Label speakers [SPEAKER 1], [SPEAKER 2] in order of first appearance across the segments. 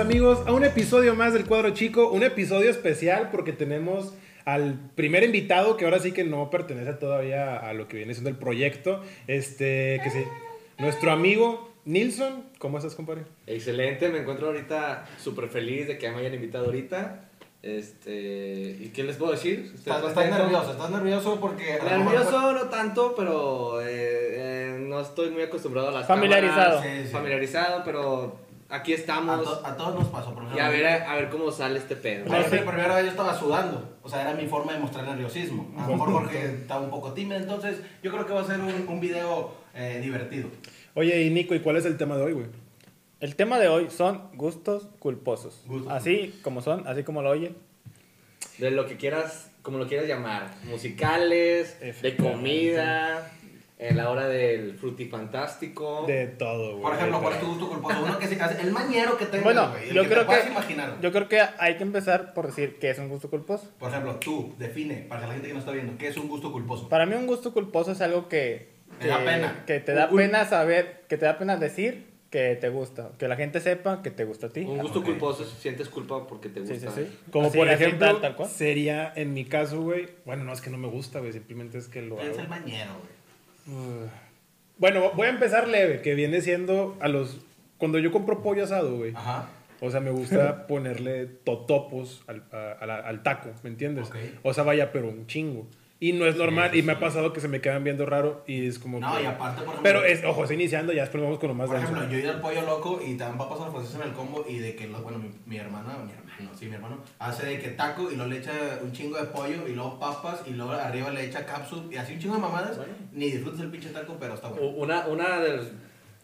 [SPEAKER 1] amigos a un episodio más del Cuadro Chico, un episodio especial porque tenemos al primer invitado que ahora sí que no pertenece todavía a lo que viene siendo el proyecto, este, que sí, nuestro amigo Nilsson, ¿cómo estás, compadre?
[SPEAKER 2] Excelente, me encuentro ahorita súper feliz de que me hayan invitado ahorita. Este, ¿y qué les puedo decir?
[SPEAKER 3] Estás,
[SPEAKER 2] Ustedes-
[SPEAKER 3] estás nervioso, estás nervioso porque... a lo mejor
[SPEAKER 2] Nervioso no tanto, pero eh, eh, no estoy muy acostumbrado a las
[SPEAKER 4] Familiarizado.
[SPEAKER 2] cámaras.
[SPEAKER 3] Sí, sí.
[SPEAKER 2] Familiarizado, pero aquí
[SPEAKER 3] fue- A,
[SPEAKER 4] pues,
[SPEAKER 2] estamos.
[SPEAKER 3] to- a todos nos pasó, por
[SPEAKER 2] y
[SPEAKER 3] ejemplo.
[SPEAKER 2] a ver, a ver cómo sale este pedo.
[SPEAKER 3] Por ejemplo, el primero yo estaba sudando, o sea, era mi forma de mostrar nerviosismo. A lo mejor Jorge está un poco tímido, entonces yo creo que va a ser un, un video eh, divertido.
[SPEAKER 1] Oye, y Nico, ¿y cuál es el tema de hoy, güey?
[SPEAKER 4] El tema de hoy son gustos culposos.
[SPEAKER 3] Gustos
[SPEAKER 4] así como son, así como lo oyen.
[SPEAKER 2] De lo que quieras, como lo quieras llamar. Musicales, de comida, en la hora del frutifantástico.
[SPEAKER 1] De todo, güey.
[SPEAKER 3] Oh, Por ejemplo, pues ¿cuál es tu gusto culposo? Uno que se hace, el mañero que tengo,
[SPEAKER 4] Bueno,
[SPEAKER 3] güey, el
[SPEAKER 4] yo
[SPEAKER 3] que
[SPEAKER 4] creo
[SPEAKER 3] te puedas
[SPEAKER 4] que
[SPEAKER 3] imaginar.
[SPEAKER 4] yo creo que hay que empezar por decir qué es un gusto culposo.
[SPEAKER 3] Por ejemplo, tú, define, para la gente que no está viendo, ¿qué es un gusto culposo?
[SPEAKER 4] Para mí un gusto culposo es algo que
[SPEAKER 3] Te da
[SPEAKER 4] que-
[SPEAKER 3] pena.
[SPEAKER 4] que te da
[SPEAKER 2] Un-
[SPEAKER 4] pena saber, que te da pena decir que te gusta, que la gente sepa que te gusta a ti. Ah,
[SPEAKER 2] Un gusto
[SPEAKER 3] ok.
[SPEAKER 2] culposo, sientes culpa porque te
[SPEAKER 4] Sí, sí,
[SPEAKER 2] gusta.
[SPEAKER 4] sí.
[SPEAKER 1] Como
[SPEAKER 4] Así,
[SPEAKER 1] por
[SPEAKER 4] así,
[SPEAKER 1] ejemplo,
[SPEAKER 4] tal, tal cual.
[SPEAKER 1] sería en mi caso, güey. Bueno, no es que no me gusta, güey, simplemente es que lo
[SPEAKER 3] Es el
[SPEAKER 1] hago.
[SPEAKER 3] mañero, güey.
[SPEAKER 1] Bueno, voy a empezar leve, que viene siendo a los. Cuando yo compro pollo asado, güey.
[SPEAKER 3] Ajá.
[SPEAKER 1] O sea, me gusta ponerle totopos al, a- a la- al taco, ¿me entiendes?
[SPEAKER 3] Ok.
[SPEAKER 1] O sea, vaya, pero un chingo. Y no es normal, y me ha pasado que se me quedan viendo raro y es como.
[SPEAKER 3] No,
[SPEAKER 1] que-
[SPEAKER 3] y aparte, por ejemplo...
[SPEAKER 1] Pero es, ojo, está iniciando, ya después vamos con lo más
[SPEAKER 3] Por ejemplo,
[SPEAKER 1] denso.
[SPEAKER 3] yo he ido al pollo loco y también papas a los franceses en el combo y de que, lo- bueno, mi, mi hermana, mi hermano, sí, mi hermano, hace de que taco y luego le echa un chingo de pollo y luego papas y luego arriba le echa capsup y así un chingo de mamadas.
[SPEAKER 2] Bueno.
[SPEAKER 3] Ni disfrutas el pinche taco, pero está
[SPEAKER 2] U-
[SPEAKER 3] bueno.
[SPEAKER 2] Una, una de los-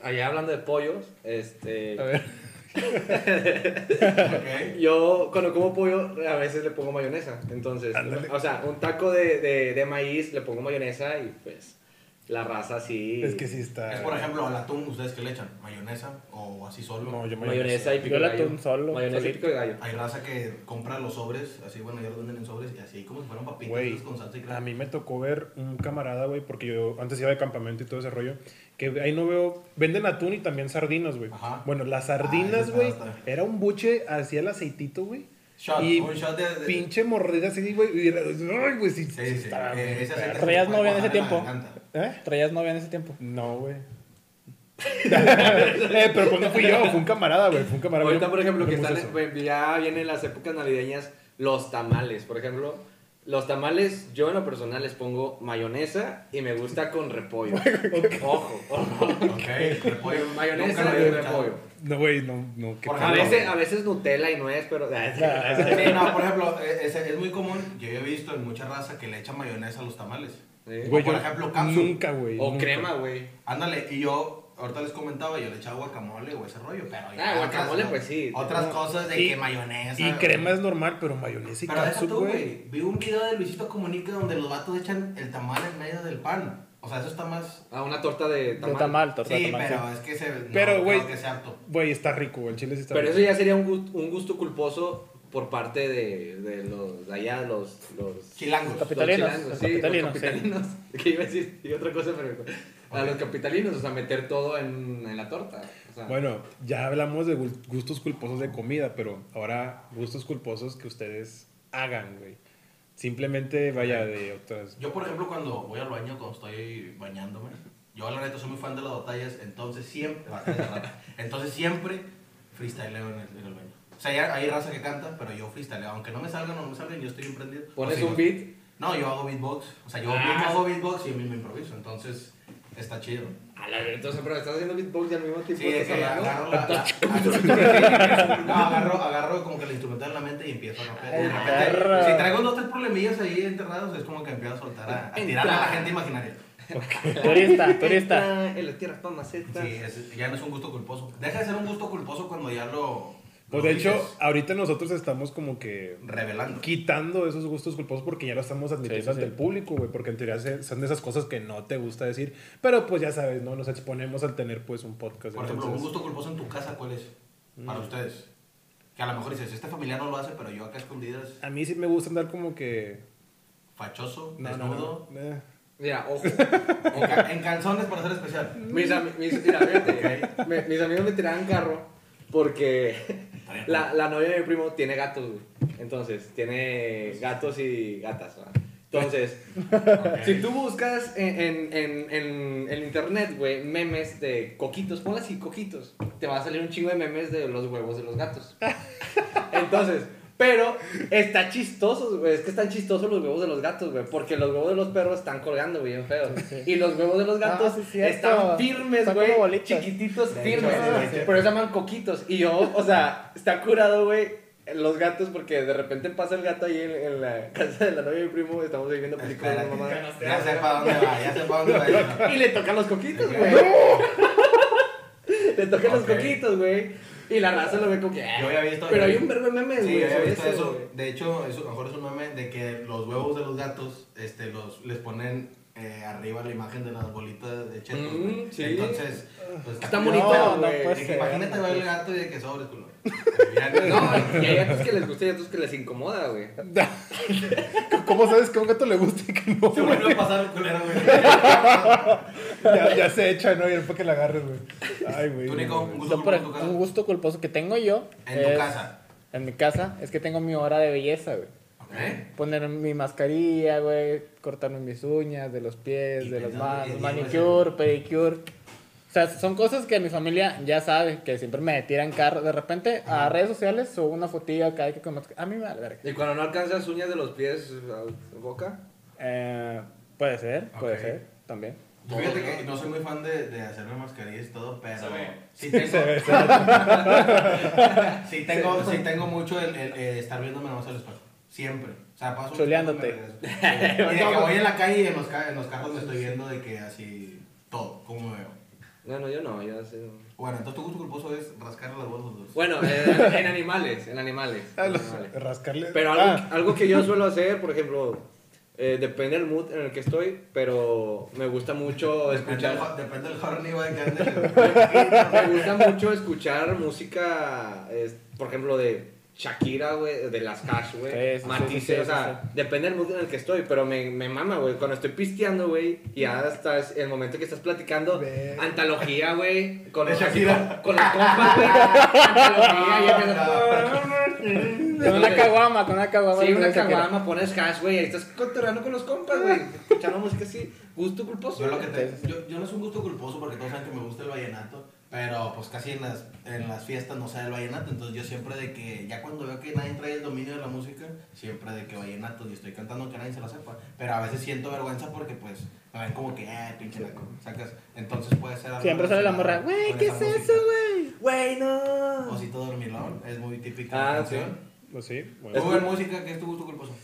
[SPEAKER 2] Allá hablando de pollos, este...
[SPEAKER 4] A ver. Oh.
[SPEAKER 3] Ok.
[SPEAKER 2] Yo cuando como pollo a veces le pongo mayonesa. Entonces,
[SPEAKER 1] Ándale.
[SPEAKER 2] o sea, un taco de, de, de maíz le pongo mayonesa y pues la raza sí.
[SPEAKER 1] Es que sí está.
[SPEAKER 3] Es por ejemplo al atún, ¿ustedes qué le echan? ¿Mayonesa o así solo?
[SPEAKER 1] No, yo
[SPEAKER 2] Mayonesa y pico
[SPEAKER 4] Yo
[SPEAKER 2] de
[SPEAKER 4] la
[SPEAKER 2] gallo.
[SPEAKER 4] atún solo,
[SPEAKER 2] Mayonesa y
[SPEAKER 4] solito.
[SPEAKER 2] pico de gallo.
[SPEAKER 3] Hay raza que compra los sobres, así, bueno, ya los venden en sobres y así como si fueran papitas
[SPEAKER 1] Güey,
[SPEAKER 3] esas con salsa y crema.
[SPEAKER 1] a mí me tocó ver un camarada, güey, porque yo antes iba de campamento y todo ese rollo, que ahí no veo, venden atún y también sardinas, güey.
[SPEAKER 3] Ajá.
[SPEAKER 1] Bueno, las
[SPEAKER 3] Ah,
[SPEAKER 1] sardinas,
[SPEAKER 3] esas
[SPEAKER 1] güey,
[SPEAKER 3] están-
[SPEAKER 1] era un buche hacia el aceitito, güey.
[SPEAKER 3] Shot,
[SPEAKER 1] y
[SPEAKER 3] un shot de... de-
[SPEAKER 1] Pinche mordida así, güey, y era- ay, güey, sí,
[SPEAKER 3] Sí, sí, sí.
[SPEAKER 1] estaba
[SPEAKER 3] Eh,
[SPEAKER 1] bien
[SPEAKER 3] ese
[SPEAKER 1] perro.
[SPEAKER 3] aceite
[SPEAKER 4] Pero ya
[SPEAKER 3] se
[SPEAKER 4] no había en ese
[SPEAKER 3] puede
[SPEAKER 4] tiempo.
[SPEAKER 3] bajar en la garganta.
[SPEAKER 1] ¿Eh?
[SPEAKER 4] Traías novia en ese tiempo.
[SPEAKER 1] No, güey. eh, pero pues no fui yo, fue un camarada, güey, fue un camarada.
[SPEAKER 2] Ahorita,
[SPEAKER 1] Yo-
[SPEAKER 2] por ejemplo,
[SPEAKER 1] yo
[SPEAKER 2] que
[SPEAKER 1] me
[SPEAKER 2] están,
[SPEAKER 1] gusta eso.
[SPEAKER 2] pues, ya vienen las épocas navideñas, los tamales, por ejemplo. Los tamales, yo en lo personal les pongo mayonesa y me gusta con repollo. Ojo, ojo.
[SPEAKER 3] Ok, repollo.
[SPEAKER 2] Mayonesa
[SPEAKER 3] Nunca lo
[SPEAKER 2] y
[SPEAKER 3] había escuchado.
[SPEAKER 2] repollo.
[SPEAKER 1] No, güey, no, no, qué
[SPEAKER 3] Por
[SPEAKER 2] A
[SPEAKER 1] cabrón.
[SPEAKER 2] veces, a veces Nutella y nuez, pero...
[SPEAKER 3] Sí, no, por ejemplo, e-, es, es- es muy común, yo he visto en mucha raza que le echan mayonesa a los tamales.
[SPEAKER 2] Sí.
[SPEAKER 1] Güey,
[SPEAKER 3] por
[SPEAKER 1] yo
[SPEAKER 3] ejemplo, cápsula.
[SPEAKER 1] Nunca, güey.
[SPEAKER 2] O
[SPEAKER 1] nunca.
[SPEAKER 2] crema, güey.
[SPEAKER 3] Ándale, y yo, ahorita les comentaba, yo le echaba guacamole o ese rollo, pero... ya
[SPEAKER 2] Ah,
[SPEAKER 3] otras-
[SPEAKER 2] guacamole, pues sí.
[SPEAKER 3] Otras cosas de
[SPEAKER 1] Y-
[SPEAKER 3] que mayonesa.
[SPEAKER 1] Y
[SPEAKER 3] güey.
[SPEAKER 1] crema es normal, pero mayonesa y
[SPEAKER 3] Pero deja
[SPEAKER 1] catsup,
[SPEAKER 3] tú,
[SPEAKER 1] güey.
[SPEAKER 3] güey, vi un video de Luisito Comunica donde los vatos echan el tamal en medio del pan. O sea, eso está más...
[SPEAKER 2] A Ah, una torta de
[SPEAKER 4] De
[SPEAKER 2] tamal.
[SPEAKER 4] tamal, torta de
[SPEAKER 3] Sí,
[SPEAKER 4] tamal,
[SPEAKER 3] pero
[SPEAKER 4] sí.
[SPEAKER 3] es que se... no
[SPEAKER 1] Pero,
[SPEAKER 3] creo
[SPEAKER 1] güey-
[SPEAKER 3] que sea apto.
[SPEAKER 1] Güey, está rico, güey, el chile sí está
[SPEAKER 2] Pero
[SPEAKER 1] rico.
[SPEAKER 2] eso ya sería un gusto, un gusto culposo por parte de, de los de allá, los, los,
[SPEAKER 3] Chilangos.
[SPEAKER 2] los
[SPEAKER 4] Capitalinos,
[SPEAKER 2] chilangos,
[SPEAKER 4] los
[SPEAKER 2] sí,
[SPEAKER 4] capitalinos,
[SPEAKER 2] los capitalinos. Que iba a decir y otra cosa, pero a los capitalinos, o sea, meter todo en, en la torta. o sea.
[SPEAKER 1] Bueno, ya hablamos de gu- gustos culposos de comida, pero ahora gustos culposos que ustedes hagan, güey. Simplemente vaya de otras.
[SPEAKER 3] Yo, por ejemplo, cuando voy al baño, cuando estoy bañándome, yo la neta soy muy fan de las batallas, entonces siempre, batallas de rap. entonces siempre freestyleo en el, en el baño. O sea, ya hay raza que canta, pero yo freestyleo, aunque no me salgan o no me salgan, yo estoy emprendido.
[SPEAKER 2] Pones
[SPEAKER 1] pues
[SPEAKER 2] un beat.
[SPEAKER 3] No, yo hago beatbox, o sea, yo
[SPEAKER 2] Ah.
[SPEAKER 3] mismo hago beatbox y a mí me improviso, entonces está chido.
[SPEAKER 2] A la verga, entonces, pero estás haciendo beatbox y al mismo tiempo
[SPEAKER 3] Sí, de
[SPEAKER 2] estás
[SPEAKER 3] que
[SPEAKER 2] hablando.
[SPEAKER 3] agarro la... la- no, agarro, agarro como que el instrumental en la mente y empiezo a rapear. Y de repente,
[SPEAKER 4] Agarra.
[SPEAKER 3] si traigo dos, tres problemillas ahí enterrados, es como que empiezo a soltar, a, a tirarle a la gente imaginaria.
[SPEAKER 4] Ah, Turista, turista.
[SPEAKER 2] Entra En la tierra pa' maceta.
[SPEAKER 3] Sí, es- ya no es un gusto culposo. Deja de ser un gusto culposo cuando ya lo.
[SPEAKER 1] Pues
[SPEAKER 3] lo
[SPEAKER 1] de hecho,
[SPEAKER 3] dices
[SPEAKER 1] ahorita nosotros estamos como que
[SPEAKER 3] Revelando.
[SPEAKER 1] quitando esos gustos culposos porque ya lo estamos admitiendo
[SPEAKER 4] Sí, sí,
[SPEAKER 1] ante
[SPEAKER 4] sí.
[SPEAKER 1] el público, güey, porque en teoría se- son de esas cosas que no te gusta decir, pero pues ya sabes, ¿no? Nos exponemos al tener pues un podcast.
[SPEAKER 3] Por ejemplo, un
[SPEAKER 1] entonces- Mm.
[SPEAKER 3] gusto culposo en tu casa, ¿cuál es? Para ustedes. Que a lo mejor dices, este familiar no lo hace, pero yo acá escondidas,
[SPEAKER 1] a mí sí me gusta andar como que...
[SPEAKER 3] fachoso,
[SPEAKER 1] No, no,
[SPEAKER 3] desnudo.
[SPEAKER 1] no, eh.
[SPEAKER 2] Mira, ojo.
[SPEAKER 3] En, ca- en calzones, para ser especial.
[SPEAKER 2] Mis, ami- mis, mira, fíjate, me- mis amigos me tiraban carro porque
[SPEAKER 3] bien.
[SPEAKER 2] La, la novia de mi primo tiene gatos, güey. Entonces, tiene gatos y gatas, ¿verdad? Entonces,
[SPEAKER 3] Ok.
[SPEAKER 2] si tú buscas en, en, en, en- en internet, güey, memes de coquitos, ponle así coquitos, te va a salir un chingo de memes de los huevos de los gatos. Entonces, pero está chistoso, güey. Es que están chistosos los huevos de los gatos, güey. Porque los huevos de los perros están colgando, güey, bien feos. Y los huevos de los gatos
[SPEAKER 4] sí, cierto.
[SPEAKER 2] están firmes,
[SPEAKER 4] Son
[SPEAKER 2] güey.
[SPEAKER 4] como bolitas.
[SPEAKER 2] Chiquititos,
[SPEAKER 3] De hecho,
[SPEAKER 2] firmes.
[SPEAKER 3] sí, sí.
[SPEAKER 2] Pero se llaman coquitos. Y yo, o sea, está curado, güey. Los gatos, porque de repente pasa el gato ahí en, en la casa de la novia de mi primo. Estamos viviendo películas de la
[SPEAKER 3] Espérate.
[SPEAKER 2] mamá.
[SPEAKER 3] Ya sé para dónde va, ya sé para dónde va.
[SPEAKER 2] Y le tocan los coquitos,
[SPEAKER 3] Ok.
[SPEAKER 2] güey. le tocan los
[SPEAKER 3] Ok.
[SPEAKER 2] coquitos, güey. Y la raza lo ve como que. "Ah".
[SPEAKER 3] Yo había visto-
[SPEAKER 2] Pero hay un verbo de memes,
[SPEAKER 3] Sí,
[SPEAKER 2] güey.
[SPEAKER 3] yo había
[SPEAKER 2] sobre
[SPEAKER 3] visto
[SPEAKER 2] eso,
[SPEAKER 3] eso.
[SPEAKER 2] güey.
[SPEAKER 3] De hecho, eso, a lo mejor es un meme de que los huevos de los gatos este, los, les ponen eh, arriba la imagen de las bolitas de chetos.
[SPEAKER 2] Mm,
[SPEAKER 3] güey.
[SPEAKER 2] sí.
[SPEAKER 3] Entonces, pues,
[SPEAKER 2] Está
[SPEAKER 3] no,
[SPEAKER 2] bonito, güey.
[SPEAKER 3] pero,
[SPEAKER 4] no, pues,
[SPEAKER 3] de que
[SPEAKER 4] eh,
[SPEAKER 3] imagínate ver el gato y de que sobres, culo. Ya,
[SPEAKER 2] No, y hay gatos que les gusta y hay otros que les incomoda, güey.
[SPEAKER 1] ¿Cómo sabes que a un gato le gusta y que no?
[SPEAKER 3] Se
[SPEAKER 1] güey?
[SPEAKER 3] vuelve a pasar el culero, güey.
[SPEAKER 1] Ya, ya se echa, ¿no? Y el para que la agarres, güey. Ay, güey.
[SPEAKER 3] Tú, Nico, un gusto
[SPEAKER 4] Yo, por
[SPEAKER 3] por tu
[SPEAKER 4] ejemplo,
[SPEAKER 3] casa.
[SPEAKER 4] un gusto culposo que tengo yo.
[SPEAKER 3] En tu
[SPEAKER 4] es-
[SPEAKER 3] casa.
[SPEAKER 4] En mi casa es que tengo mi hora de belleza, güey.
[SPEAKER 3] ¿Ok?
[SPEAKER 4] Poner mi mascarilla, güey, cortarme mis uñas de los pies,
[SPEAKER 3] Y
[SPEAKER 4] de las
[SPEAKER 3] pensando que
[SPEAKER 4] manos,
[SPEAKER 3] es
[SPEAKER 4] manicure, pedicure. O sea, son cosas que mi familia ya sabe, que siempre me tiran carro. De repente a redes sociales subo una fotilla cada que con masca- A mí me vale verga.
[SPEAKER 2] Y cuando no alcanzas uñas de los pies a boca.
[SPEAKER 4] Eh, puede ser, puede
[SPEAKER 3] Ok.
[SPEAKER 4] ser, también.
[SPEAKER 3] Yo Fíjate que no soy muy fan de, de hacerme mascarillas y todo, pero
[SPEAKER 5] Se ve.
[SPEAKER 3] sí tengo, sí tengo, sí tengo mucho el, el, eh, estar viéndome nomás al espejo. Siempre. O sea, paso un
[SPEAKER 4] Chuleándote.
[SPEAKER 3] tiempo y me regreso. Y de que voy en la calle y en los, ca- en los carros me estoy viendo de que así todo, cómo me veo.
[SPEAKER 2] No, no, yo no, yo sí. no.
[SPEAKER 3] Bueno, entonces tu gusto culposo es rascarle las bolas a los dos.
[SPEAKER 2] Bueno, eh, en animales, en animales.
[SPEAKER 1] Ah,
[SPEAKER 2] en
[SPEAKER 1] los-
[SPEAKER 2] animales.
[SPEAKER 1] Rascarle.
[SPEAKER 2] Pero algo,
[SPEAKER 1] Ah,
[SPEAKER 2] algo que yo suelo hacer, por ejemplo, eh, depende del mood en el que estoy, pero me gusta mucho
[SPEAKER 3] Depende del
[SPEAKER 2] escuchar.
[SPEAKER 3] jo- depende del horny boy que ande.
[SPEAKER 2] Me gusta mucho escuchar música, es- por ejemplo, de Shakira, güey, de las Cash, güey.
[SPEAKER 4] Sí, sí, sí,
[SPEAKER 2] Matisse,
[SPEAKER 4] sí, sí,
[SPEAKER 2] o sea,
[SPEAKER 4] sí.
[SPEAKER 2] depende del mood en el que estoy, pero me, me mama, güey. Cuando estoy pisteando, güey, y ahora estás, el momento que estás platicando,
[SPEAKER 1] Ve.
[SPEAKER 2] antología, güey, con
[SPEAKER 3] De
[SPEAKER 2] los-
[SPEAKER 3] Shakira.
[SPEAKER 2] Con las compas, güey. antología, y
[SPEAKER 4] Con una
[SPEAKER 2] empiezas-
[SPEAKER 4] caguama, con una caguama.
[SPEAKER 2] Sí,
[SPEAKER 4] no
[SPEAKER 2] una
[SPEAKER 4] sé qué era.
[SPEAKER 2] caguama, pones hash, güey, ahí estás cotorreando con los compas, güey. Escuchando música así, gusto culposo.
[SPEAKER 3] Yo, lo que te- yo, yo no es un gusto culposo porque todos saben que me gusta el vallenato, pero pues casi en las, en las fiestas no sale el vallenato, entonces yo siempre de que, ya cuando veo que nadie trae el dominio de la música, siempre de que vallenato, y estoy cantando que nadie se lo sepa, pero a veces siento vergüenza porque pues me ven como que, eh, pinche naco, sacas, entonces puede ser algo
[SPEAKER 4] Siempre sale la morra,
[SPEAKER 3] relacionado
[SPEAKER 4] güey,
[SPEAKER 3] con
[SPEAKER 4] ¿qué
[SPEAKER 3] esa
[SPEAKER 4] es
[SPEAKER 3] música.
[SPEAKER 4] eso, güey?
[SPEAKER 2] Güey, no.
[SPEAKER 3] Osito dormilón, es muy típica
[SPEAKER 2] Ah,
[SPEAKER 3] canción.
[SPEAKER 1] Pues sí, bueno.
[SPEAKER 2] Es
[SPEAKER 3] Tú en
[SPEAKER 2] muy-
[SPEAKER 3] música, ¿qué es tu gusto culposo?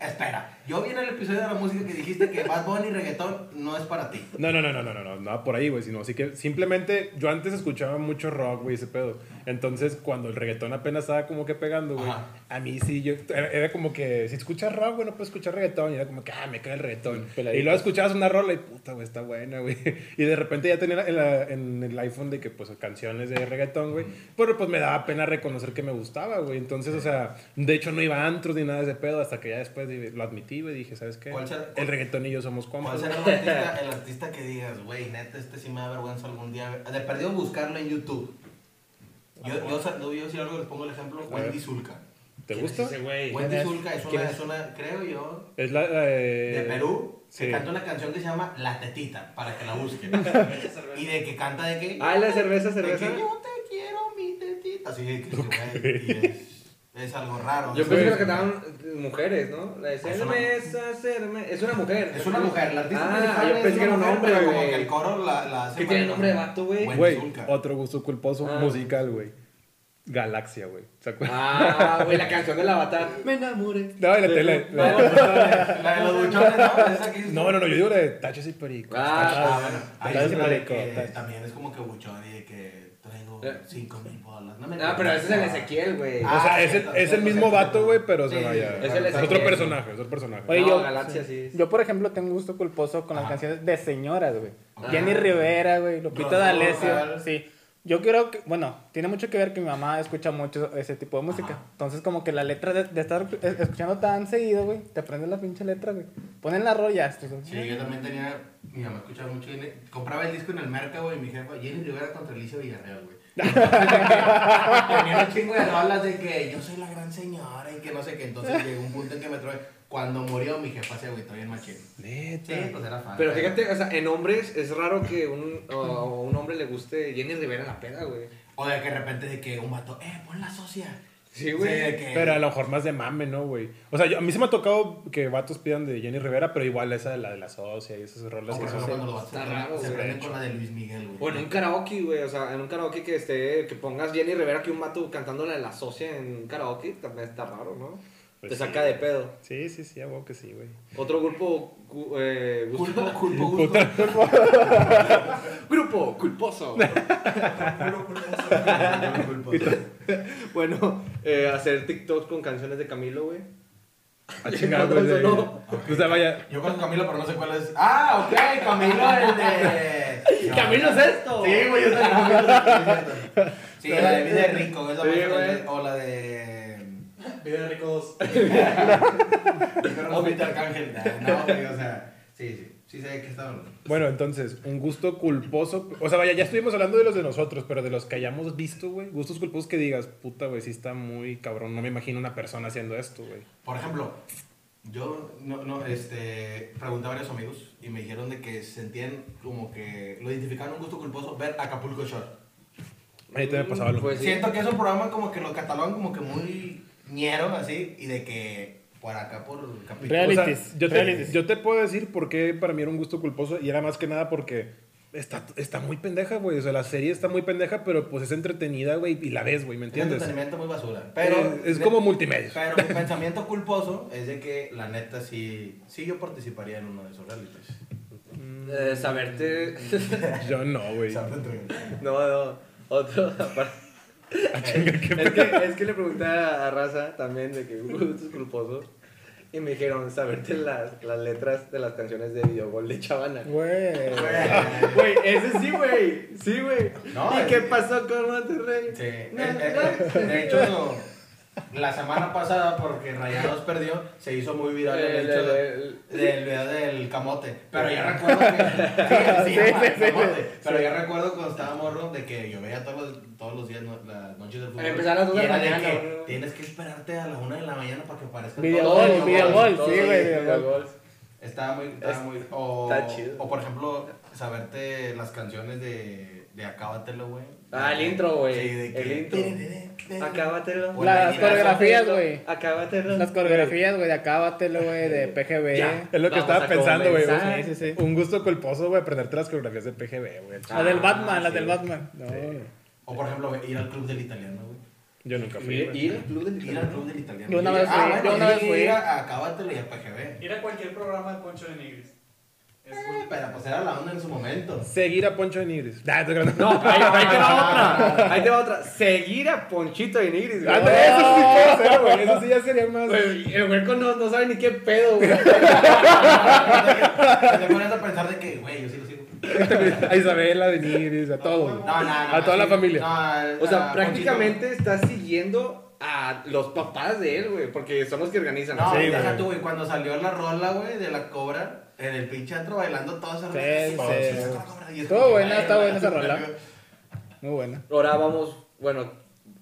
[SPEAKER 3] Espera, yo vi en el episodio de la música que dijiste que Bad Bunny reggaetón no es para ti.
[SPEAKER 1] No, no, no, no, no, no, no, nada por ahí, güey, sino así que simplemente yo antes escuchaba mucho rock, güey, ese pedo. Entonces, cuando el reggaetón apenas estaba como que pegando, güey,
[SPEAKER 3] Ajá.
[SPEAKER 1] a mí sí, yo era, era como que si escuchas rock, güey, no puedes escuchar reggaetón. Y era como que, ah, me cae el reggaetón.
[SPEAKER 4] Peladito.
[SPEAKER 1] Y luego escuchabas una rola y puta, güey, está buena, güey. Y de repente ya tenía en, la- en el iPhone de que, pues, canciones de reggaetón, güey. Pero pues me daba pena reconocer que me gustaba, güey. Entonces, o sea, de hecho no iba a antros ni nada de ese pedo hasta que ya después lo admití, güey, dije, ¿sabes qué?
[SPEAKER 3] ¿Cuál será-
[SPEAKER 1] El reggaetón y yo somos compas.
[SPEAKER 3] ¿Cuál
[SPEAKER 2] Pues,
[SPEAKER 3] será el artista, el artista que digas, güey, neta, este sí me da vergüenza algún día? De perdido buscarlo en YouTube.
[SPEAKER 2] Ah,
[SPEAKER 3] Yo, yo, sa- yo, yo si algo les pongo el ejemplo, Wendy Zulka.
[SPEAKER 1] ¿Te
[SPEAKER 2] ¿Quién es
[SPEAKER 1] gusta?
[SPEAKER 2] ese güey?
[SPEAKER 3] Wendy
[SPEAKER 4] es?
[SPEAKER 3] Zulka es
[SPEAKER 2] ¿Quién
[SPEAKER 3] una,
[SPEAKER 2] es?
[SPEAKER 3] es una, creo yo,
[SPEAKER 1] Es la, la
[SPEAKER 2] Eh,
[SPEAKER 1] de...
[SPEAKER 3] de Perú, que
[SPEAKER 1] sí.
[SPEAKER 3] canta una canción que se llama La Tetita, para que la busquen. y de que canta de que...
[SPEAKER 2] Ah, la cerveza,
[SPEAKER 3] de que
[SPEAKER 2] cerveza.
[SPEAKER 3] yo te quiero mi tetita. Así que, güey, y es, es algo raro.
[SPEAKER 2] Yo
[SPEAKER 3] Es-
[SPEAKER 2] pensé que la cantaban eh, mujeres, ¿no? La de
[SPEAKER 3] una-
[SPEAKER 2] cerveza, cerveza. Es una mujer.
[SPEAKER 3] Es una mujer, la artista
[SPEAKER 2] Ah,
[SPEAKER 3] principal
[SPEAKER 2] yo
[SPEAKER 3] es
[SPEAKER 2] pensé que era un
[SPEAKER 3] mujer,
[SPEAKER 2] hombre,
[SPEAKER 3] pero Como que
[SPEAKER 2] güey.
[SPEAKER 3] el coro la, la hace
[SPEAKER 2] Que tiene
[SPEAKER 3] para-
[SPEAKER 2] nombre de vato, güey.
[SPEAKER 3] Wendy
[SPEAKER 1] Güey,
[SPEAKER 3] Zulka.
[SPEAKER 1] otro gusto culposo
[SPEAKER 2] Ah.
[SPEAKER 1] musical, güey. Galaxia, güey. ¿Se acuerdan?
[SPEAKER 2] Ah, güey, la canción del avatar. Me enamoré.
[SPEAKER 1] No, la tele.
[SPEAKER 2] No,
[SPEAKER 1] la-
[SPEAKER 3] La de los buchones, ¿no? Esa que dices-
[SPEAKER 1] No, no, no, yo digo la de Tachos y Pericos.
[SPEAKER 2] Ah,
[SPEAKER 3] Ah, bueno. Ahí
[SPEAKER 1] Tachos
[SPEAKER 3] sí
[SPEAKER 1] y
[SPEAKER 3] la de
[SPEAKER 1] Pericos,
[SPEAKER 3] que
[SPEAKER 1] Tachos.
[SPEAKER 3] también es como que buchón y de que traigo
[SPEAKER 2] Eh.
[SPEAKER 3] 5 mil bolas. No, me
[SPEAKER 2] No, Ah, pero ese es el Ezequiel, güey.
[SPEAKER 1] O sea,
[SPEAKER 3] Ah,
[SPEAKER 1] es el,
[SPEAKER 3] cierto,
[SPEAKER 1] es el
[SPEAKER 3] cierto,
[SPEAKER 1] mismo
[SPEAKER 3] cierto.
[SPEAKER 1] vato, güey, pero se
[SPEAKER 3] Sí,
[SPEAKER 1] vaya.
[SPEAKER 3] sí,
[SPEAKER 2] es el
[SPEAKER 1] Es
[SPEAKER 2] Ezequiel.
[SPEAKER 1] otro personaje, es otro personaje.
[SPEAKER 4] Oye,
[SPEAKER 2] No,
[SPEAKER 4] yo-
[SPEAKER 2] Galaxia sí.
[SPEAKER 4] Yo, por ejemplo, tengo un gusto culposo con las
[SPEAKER 3] Ajá.
[SPEAKER 4] canciones de señoras, güey.
[SPEAKER 3] Ajá.
[SPEAKER 4] Jenny Rivera, güey, Lupita
[SPEAKER 3] Rocío
[SPEAKER 4] D'Alessio.
[SPEAKER 3] Dúrcal.
[SPEAKER 4] Sí. Yo creo que, bueno, tiene mucho que ver que mi mamá escucha mucho ese tipo de música.
[SPEAKER 3] Ajá.
[SPEAKER 4] Entonces, como que la letra de, de estar es- escuchando tan seguido, güey, te aprendes la pinche letra, güey. Ponen la rolla. esto, güey.
[SPEAKER 3] Sí, yo también tenía. Mi mamá escuchaba mucho. Jenny- Compraba el disco en el merca, güey. y Mi jefa, Jenny Rivera contra Alicia Villarreal, güey. Tenía un chingo de rolas de que yo soy la gran señora y que no sé qué. Entonces llegó un punto en que me trobé. Cuando murió, mi jefa se agüitó bien machín.
[SPEAKER 1] Neta.
[SPEAKER 3] Sí, pues era fan.
[SPEAKER 2] Pero fíjate, o sea, en hombres es raro que un, o- o un hombre le guste Jenny Rivera en la peda, güey.
[SPEAKER 3] O de que de repente de que un vato, eh, pon la socia.
[SPEAKER 2] Sí, güey.
[SPEAKER 3] de que-
[SPEAKER 1] Pero a lo mejor más de mame, ¿no, güey? O sea, yo- a mí se me ha tocado que vatos pidan de Jenny Rivera, pero igual esa de la de la socia y esas rolas
[SPEAKER 3] No,
[SPEAKER 1] que
[SPEAKER 3] por ejemplo,
[SPEAKER 1] son.
[SPEAKER 3] cuando los
[SPEAKER 2] Está
[SPEAKER 3] vatos
[SPEAKER 2] raro,
[SPEAKER 3] se
[SPEAKER 2] güey.
[SPEAKER 3] prenden con la de Luis Miguel, güey.
[SPEAKER 2] O en un karaoke, güey. O sea, en un karaoke que esté, que pongas Jenny Rivera que un mato cantando la de la socia en un karaoke, también está raro, ¿no?
[SPEAKER 1] Pues
[SPEAKER 2] Te
[SPEAKER 1] sí.
[SPEAKER 2] saca de pedo.
[SPEAKER 1] Sí, sí, sí, a huevo que sí, güey.
[SPEAKER 2] Otro grupo cu- eh, gusto-
[SPEAKER 3] Culpo, culpo, gusto.
[SPEAKER 2] grupo culposo.
[SPEAKER 3] Culo, culposo. Culo, culposo.
[SPEAKER 2] bueno, eh, hacer TikToks con canciones de Camilo, güey.
[SPEAKER 1] A chingar,
[SPEAKER 2] No,
[SPEAKER 1] güey.
[SPEAKER 2] eso
[SPEAKER 1] de-
[SPEAKER 2] no.
[SPEAKER 1] O sea, vaya.
[SPEAKER 3] Yo conozco a Camilo, pero no sé cuál es. Ah, ok, Camilo el de. No,
[SPEAKER 2] Camilo es esto.
[SPEAKER 3] Sí, güey, yo también Camilo. es esto. Sí, la de Vida de Rico, es la
[SPEAKER 2] Sí,
[SPEAKER 3] más-
[SPEAKER 2] güey.
[SPEAKER 3] O la de.
[SPEAKER 5] Vida Rico 2.
[SPEAKER 3] Pero no Peter Arcángel. No, güey, o sea. Sí, sí. Sí, sé de qué está hablando.
[SPEAKER 1] Bueno, entonces, un gusto culposo. O sea, vaya, ya estuvimos hablando de los de nosotros, pero de los que hayamos visto, güey. Gustos culposos que digas, puta, güey, sí está muy cabrón. No me imagino una persona haciendo esto, güey.
[SPEAKER 3] Por ejemplo, yo no, no, este, pregunté a varios amigos y me dijeron de que sentían como que lo identificaron un gusto culposo ver Acapulco Shore.
[SPEAKER 1] Ahí te me pasaba lo
[SPEAKER 2] Pues sí.
[SPEAKER 3] Siento que es un programa como que lo catalogan como que muy ñero, así, y de que por acá, por pues, el capítulo.
[SPEAKER 4] Real.
[SPEAKER 1] O sea,
[SPEAKER 4] Realities,
[SPEAKER 1] yo, te,
[SPEAKER 4] realities.
[SPEAKER 1] yo te puedo decir por qué para mí era un gusto culposo y era más que nada porque está, está muy pendeja, güey. O sea, la serie está muy pendeja, pero pues es entretenida, güey, y la ves, güey, ¿me
[SPEAKER 3] Es
[SPEAKER 1] entiendes?
[SPEAKER 3] entretenimiento muy basura.
[SPEAKER 1] Pero
[SPEAKER 3] Pero
[SPEAKER 1] es como multimedia.
[SPEAKER 3] Pero mi pensamiento culposo es de que la neta sí, sí yo participaría en uno de esos realities.
[SPEAKER 2] Eh, saberte.
[SPEAKER 1] Yo no, güey.
[SPEAKER 3] Santo entrenamiento.
[SPEAKER 2] no, no. Otro aparte. es, que, es que le pregunté a Raza también de que gustos culposos. Y me dijeron saberte las, las letras de las canciones de videogol de Chavana.
[SPEAKER 4] Güey.
[SPEAKER 2] Güey, ese sí, güey. Sí, güey.
[SPEAKER 3] No,
[SPEAKER 2] ¿Y qué
[SPEAKER 3] es-
[SPEAKER 2] pasó con Monterrey?
[SPEAKER 3] Sí, eh, eh, eh, de hecho, no, la semana pasada, porque Rayados perdió, se hizo muy viral el,
[SPEAKER 4] Eh,
[SPEAKER 2] El-
[SPEAKER 3] hecho
[SPEAKER 2] el-
[SPEAKER 3] de- del video del camote. Pero yo recuerdo que. sí, sí,
[SPEAKER 4] sí,
[SPEAKER 3] el camote. pero yo recuerdo cuando estaba morro de que yo veía todos los, todos los días no- las noches del fútbol.
[SPEAKER 2] Empezar a las dos
[SPEAKER 3] y
[SPEAKER 2] de la
[SPEAKER 3] era de
[SPEAKER 2] mañana,
[SPEAKER 3] que
[SPEAKER 2] güey.
[SPEAKER 3] Tienes que esperarte a la una de la mañana para que aparezca el
[SPEAKER 4] Video
[SPEAKER 3] todo
[SPEAKER 4] gol,
[SPEAKER 3] el video
[SPEAKER 4] video
[SPEAKER 3] gol.
[SPEAKER 4] gol,
[SPEAKER 2] todo,
[SPEAKER 4] sí, güey,
[SPEAKER 2] todo,
[SPEAKER 4] video gol.
[SPEAKER 3] Estaba muy, estaba
[SPEAKER 2] Es-
[SPEAKER 3] muy. O,
[SPEAKER 2] está chido.
[SPEAKER 3] o por ejemplo, saberte las canciones de, de Acábatelo, güey.
[SPEAKER 2] Ah, el intro, güey.
[SPEAKER 3] Sí, de que-
[SPEAKER 2] El intro. Acábatelo.
[SPEAKER 3] Las
[SPEAKER 2] Acábatelo.
[SPEAKER 4] coreografías, güey.
[SPEAKER 2] Acábatelo.
[SPEAKER 4] Las coreografías, güey, de Acábatelo, güey, de PGB.
[SPEAKER 1] Ya, es lo que
[SPEAKER 2] Vamos
[SPEAKER 1] estaba
[SPEAKER 2] a
[SPEAKER 1] pensando, güey.
[SPEAKER 2] comenzar.
[SPEAKER 1] Un- Un gusto culposo, güey, aprenderte las coreografías de PGB, güey.
[SPEAKER 4] La del
[SPEAKER 2] Ah,
[SPEAKER 4] Batman, las
[SPEAKER 2] sí.
[SPEAKER 4] del Batman. No.
[SPEAKER 3] O por ejemplo, güey, ir al club del italiano, güey.
[SPEAKER 1] Yo nunca fui.
[SPEAKER 2] Ir
[SPEAKER 1] güey.
[SPEAKER 2] ir al club del
[SPEAKER 3] Ir al club del italiano.
[SPEAKER 4] Yo una vez
[SPEAKER 3] Ah,
[SPEAKER 4] fui,
[SPEAKER 3] bueno,
[SPEAKER 4] yo una vez
[SPEAKER 3] ir
[SPEAKER 4] fui.
[SPEAKER 3] a- a Acábatelo y a PGB.
[SPEAKER 5] Era cualquier programa de Poncho de Nigris. Es
[SPEAKER 3] Eh, Pero pues era la onda en su momento.
[SPEAKER 1] Seguir a Poncho Ah, de Nigris. Nah, estoy grabando.
[SPEAKER 2] No, ahí, ahí te va otra. Ahí te va otra. Seguir a Ponchito de Nigris, güey.
[SPEAKER 1] Ah, no, eso sí puedo hacer, güey. Eso sí ya sería más.
[SPEAKER 2] Güey, El hueco no, no sabe ni qué pedo, güey.
[SPEAKER 3] Te pones a pensar de que, güey, yo sí lo sigo.
[SPEAKER 1] A Isabela de Nigris, a todo. güey.
[SPEAKER 3] No, no, no.
[SPEAKER 1] A toda la
[SPEAKER 3] sí,
[SPEAKER 1] familia.
[SPEAKER 3] no, a-
[SPEAKER 2] O sea,
[SPEAKER 3] a
[SPEAKER 2] prácticamente estás siguiendo a los papás de él, güey. Porque son los que organizan.
[SPEAKER 3] Ponchito. No,
[SPEAKER 1] Sí,
[SPEAKER 3] deja
[SPEAKER 1] güey.
[SPEAKER 3] tú, güey. Cuando salió la rola, güey, de la cobra, en el pinche antro bailando todas esas
[SPEAKER 4] Sí,
[SPEAKER 3] rolas.
[SPEAKER 4] sí.
[SPEAKER 3] sacó la cobra, y es
[SPEAKER 4] Estuvo
[SPEAKER 3] como,
[SPEAKER 4] buena,
[SPEAKER 3] güey,
[SPEAKER 4] está buena
[SPEAKER 3] güey,
[SPEAKER 4] esa rola.
[SPEAKER 3] güey.
[SPEAKER 4] Muy buena.
[SPEAKER 2] Ahora vamos, bueno,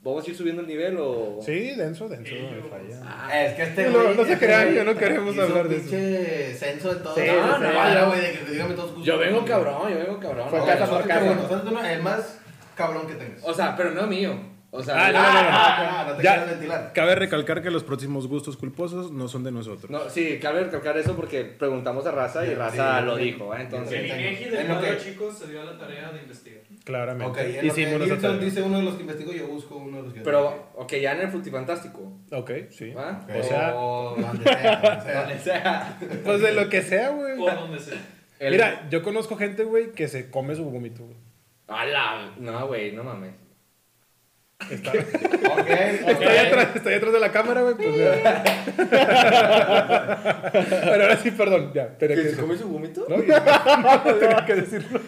[SPEAKER 2] ¿vamos a ir subiendo el nivel o...?
[SPEAKER 1] Sí, denso, denso. me falla.
[SPEAKER 3] Ah, Es que este
[SPEAKER 1] No,
[SPEAKER 3] güey-
[SPEAKER 1] no se
[SPEAKER 3] este
[SPEAKER 1] crean
[SPEAKER 3] güey
[SPEAKER 1] que no queremos
[SPEAKER 3] hizo
[SPEAKER 1] hablar
[SPEAKER 3] un
[SPEAKER 1] de eso.
[SPEAKER 3] pinche censo de todo.
[SPEAKER 4] Sí,
[SPEAKER 3] no,
[SPEAKER 4] sí,
[SPEAKER 3] no,
[SPEAKER 4] sí.
[SPEAKER 3] vaya, güey, de que dígame todos sus
[SPEAKER 2] Yo vengo
[SPEAKER 3] gustos.
[SPEAKER 2] cabrón, yo vengo cabrón.
[SPEAKER 4] Fue
[SPEAKER 2] No,
[SPEAKER 4] casa
[SPEAKER 2] no,
[SPEAKER 4] por
[SPEAKER 3] Nosotros
[SPEAKER 4] casa.
[SPEAKER 3] tenemos- nosotros tenemos el más cabrón que tengas.
[SPEAKER 2] O sea, pero no mío. O sea,
[SPEAKER 1] Ah, no, no, no.
[SPEAKER 3] Ah, no te
[SPEAKER 1] Ya.
[SPEAKER 3] quieras ventilar.
[SPEAKER 1] Cabe recalcar que los próximos gustos culposos no son de nosotros.
[SPEAKER 2] no, sí, cabe recalcar eso porque preguntamos a Raza y
[SPEAKER 3] Sí,
[SPEAKER 2] Raza
[SPEAKER 3] sí.
[SPEAKER 2] lo dijo, ¿eh?
[SPEAKER 5] que el
[SPEAKER 2] Entonces,
[SPEAKER 3] Sí.
[SPEAKER 5] Inegi
[SPEAKER 3] Es
[SPEAKER 5] del
[SPEAKER 3] lo
[SPEAKER 5] cuadro
[SPEAKER 3] que-
[SPEAKER 5] chico se dio a la tarea de investigar.
[SPEAKER 1] Claramente.
[SPEAKER 3] Ok, en lo que
[SPEAKER 1] Hicimos
[SPEAKER 3] Gibson
[SPEAKER 1] nosotros.
[SPEAKER 3] dice uno de los que investigo, yo busco uno de los que
[SPEAKER 2] pero, ok, ya en el Frutifantástico,
[SPEAKER 1] Ok, sí.
[SPEAKER 3] Ah,
[SPEAKER 2] ¿va?
[SPEAKER 1] O sea,
[SPEAKER 3] oh.
[SPEAKER 2] O-
[SPEAKER 3] Donde sea, donde sea.
[SPEAKER 2] donde sea.
[SPEAKER 1] pues de lo que sea, güey.
[SPEAKER 3] Oh,
[SPEAKER 5] Por donde sea.
[SPEAKER 2] El-
[SPEAKER 1] Mira, yo conozco gente, güey, que se come su vómito, güey.
[SPEAKER 2] A la- No, güey, no mames.
[SPEAKER 1] Está-
[SPEAKER 3] Ok, ok.
[SPEAKER 1] Estoy atrás, estoy atrás de la cámara, güey. Pues, mira. Pero ahora sí, perdón, ya. Tenía que
[SPEAKER 2] ¿Que se
[SPEAKER 1] decirlo.
[SPEAKER 2] come su vómito?
[SPEAKER 1] No, y- no, tenía que decirlo.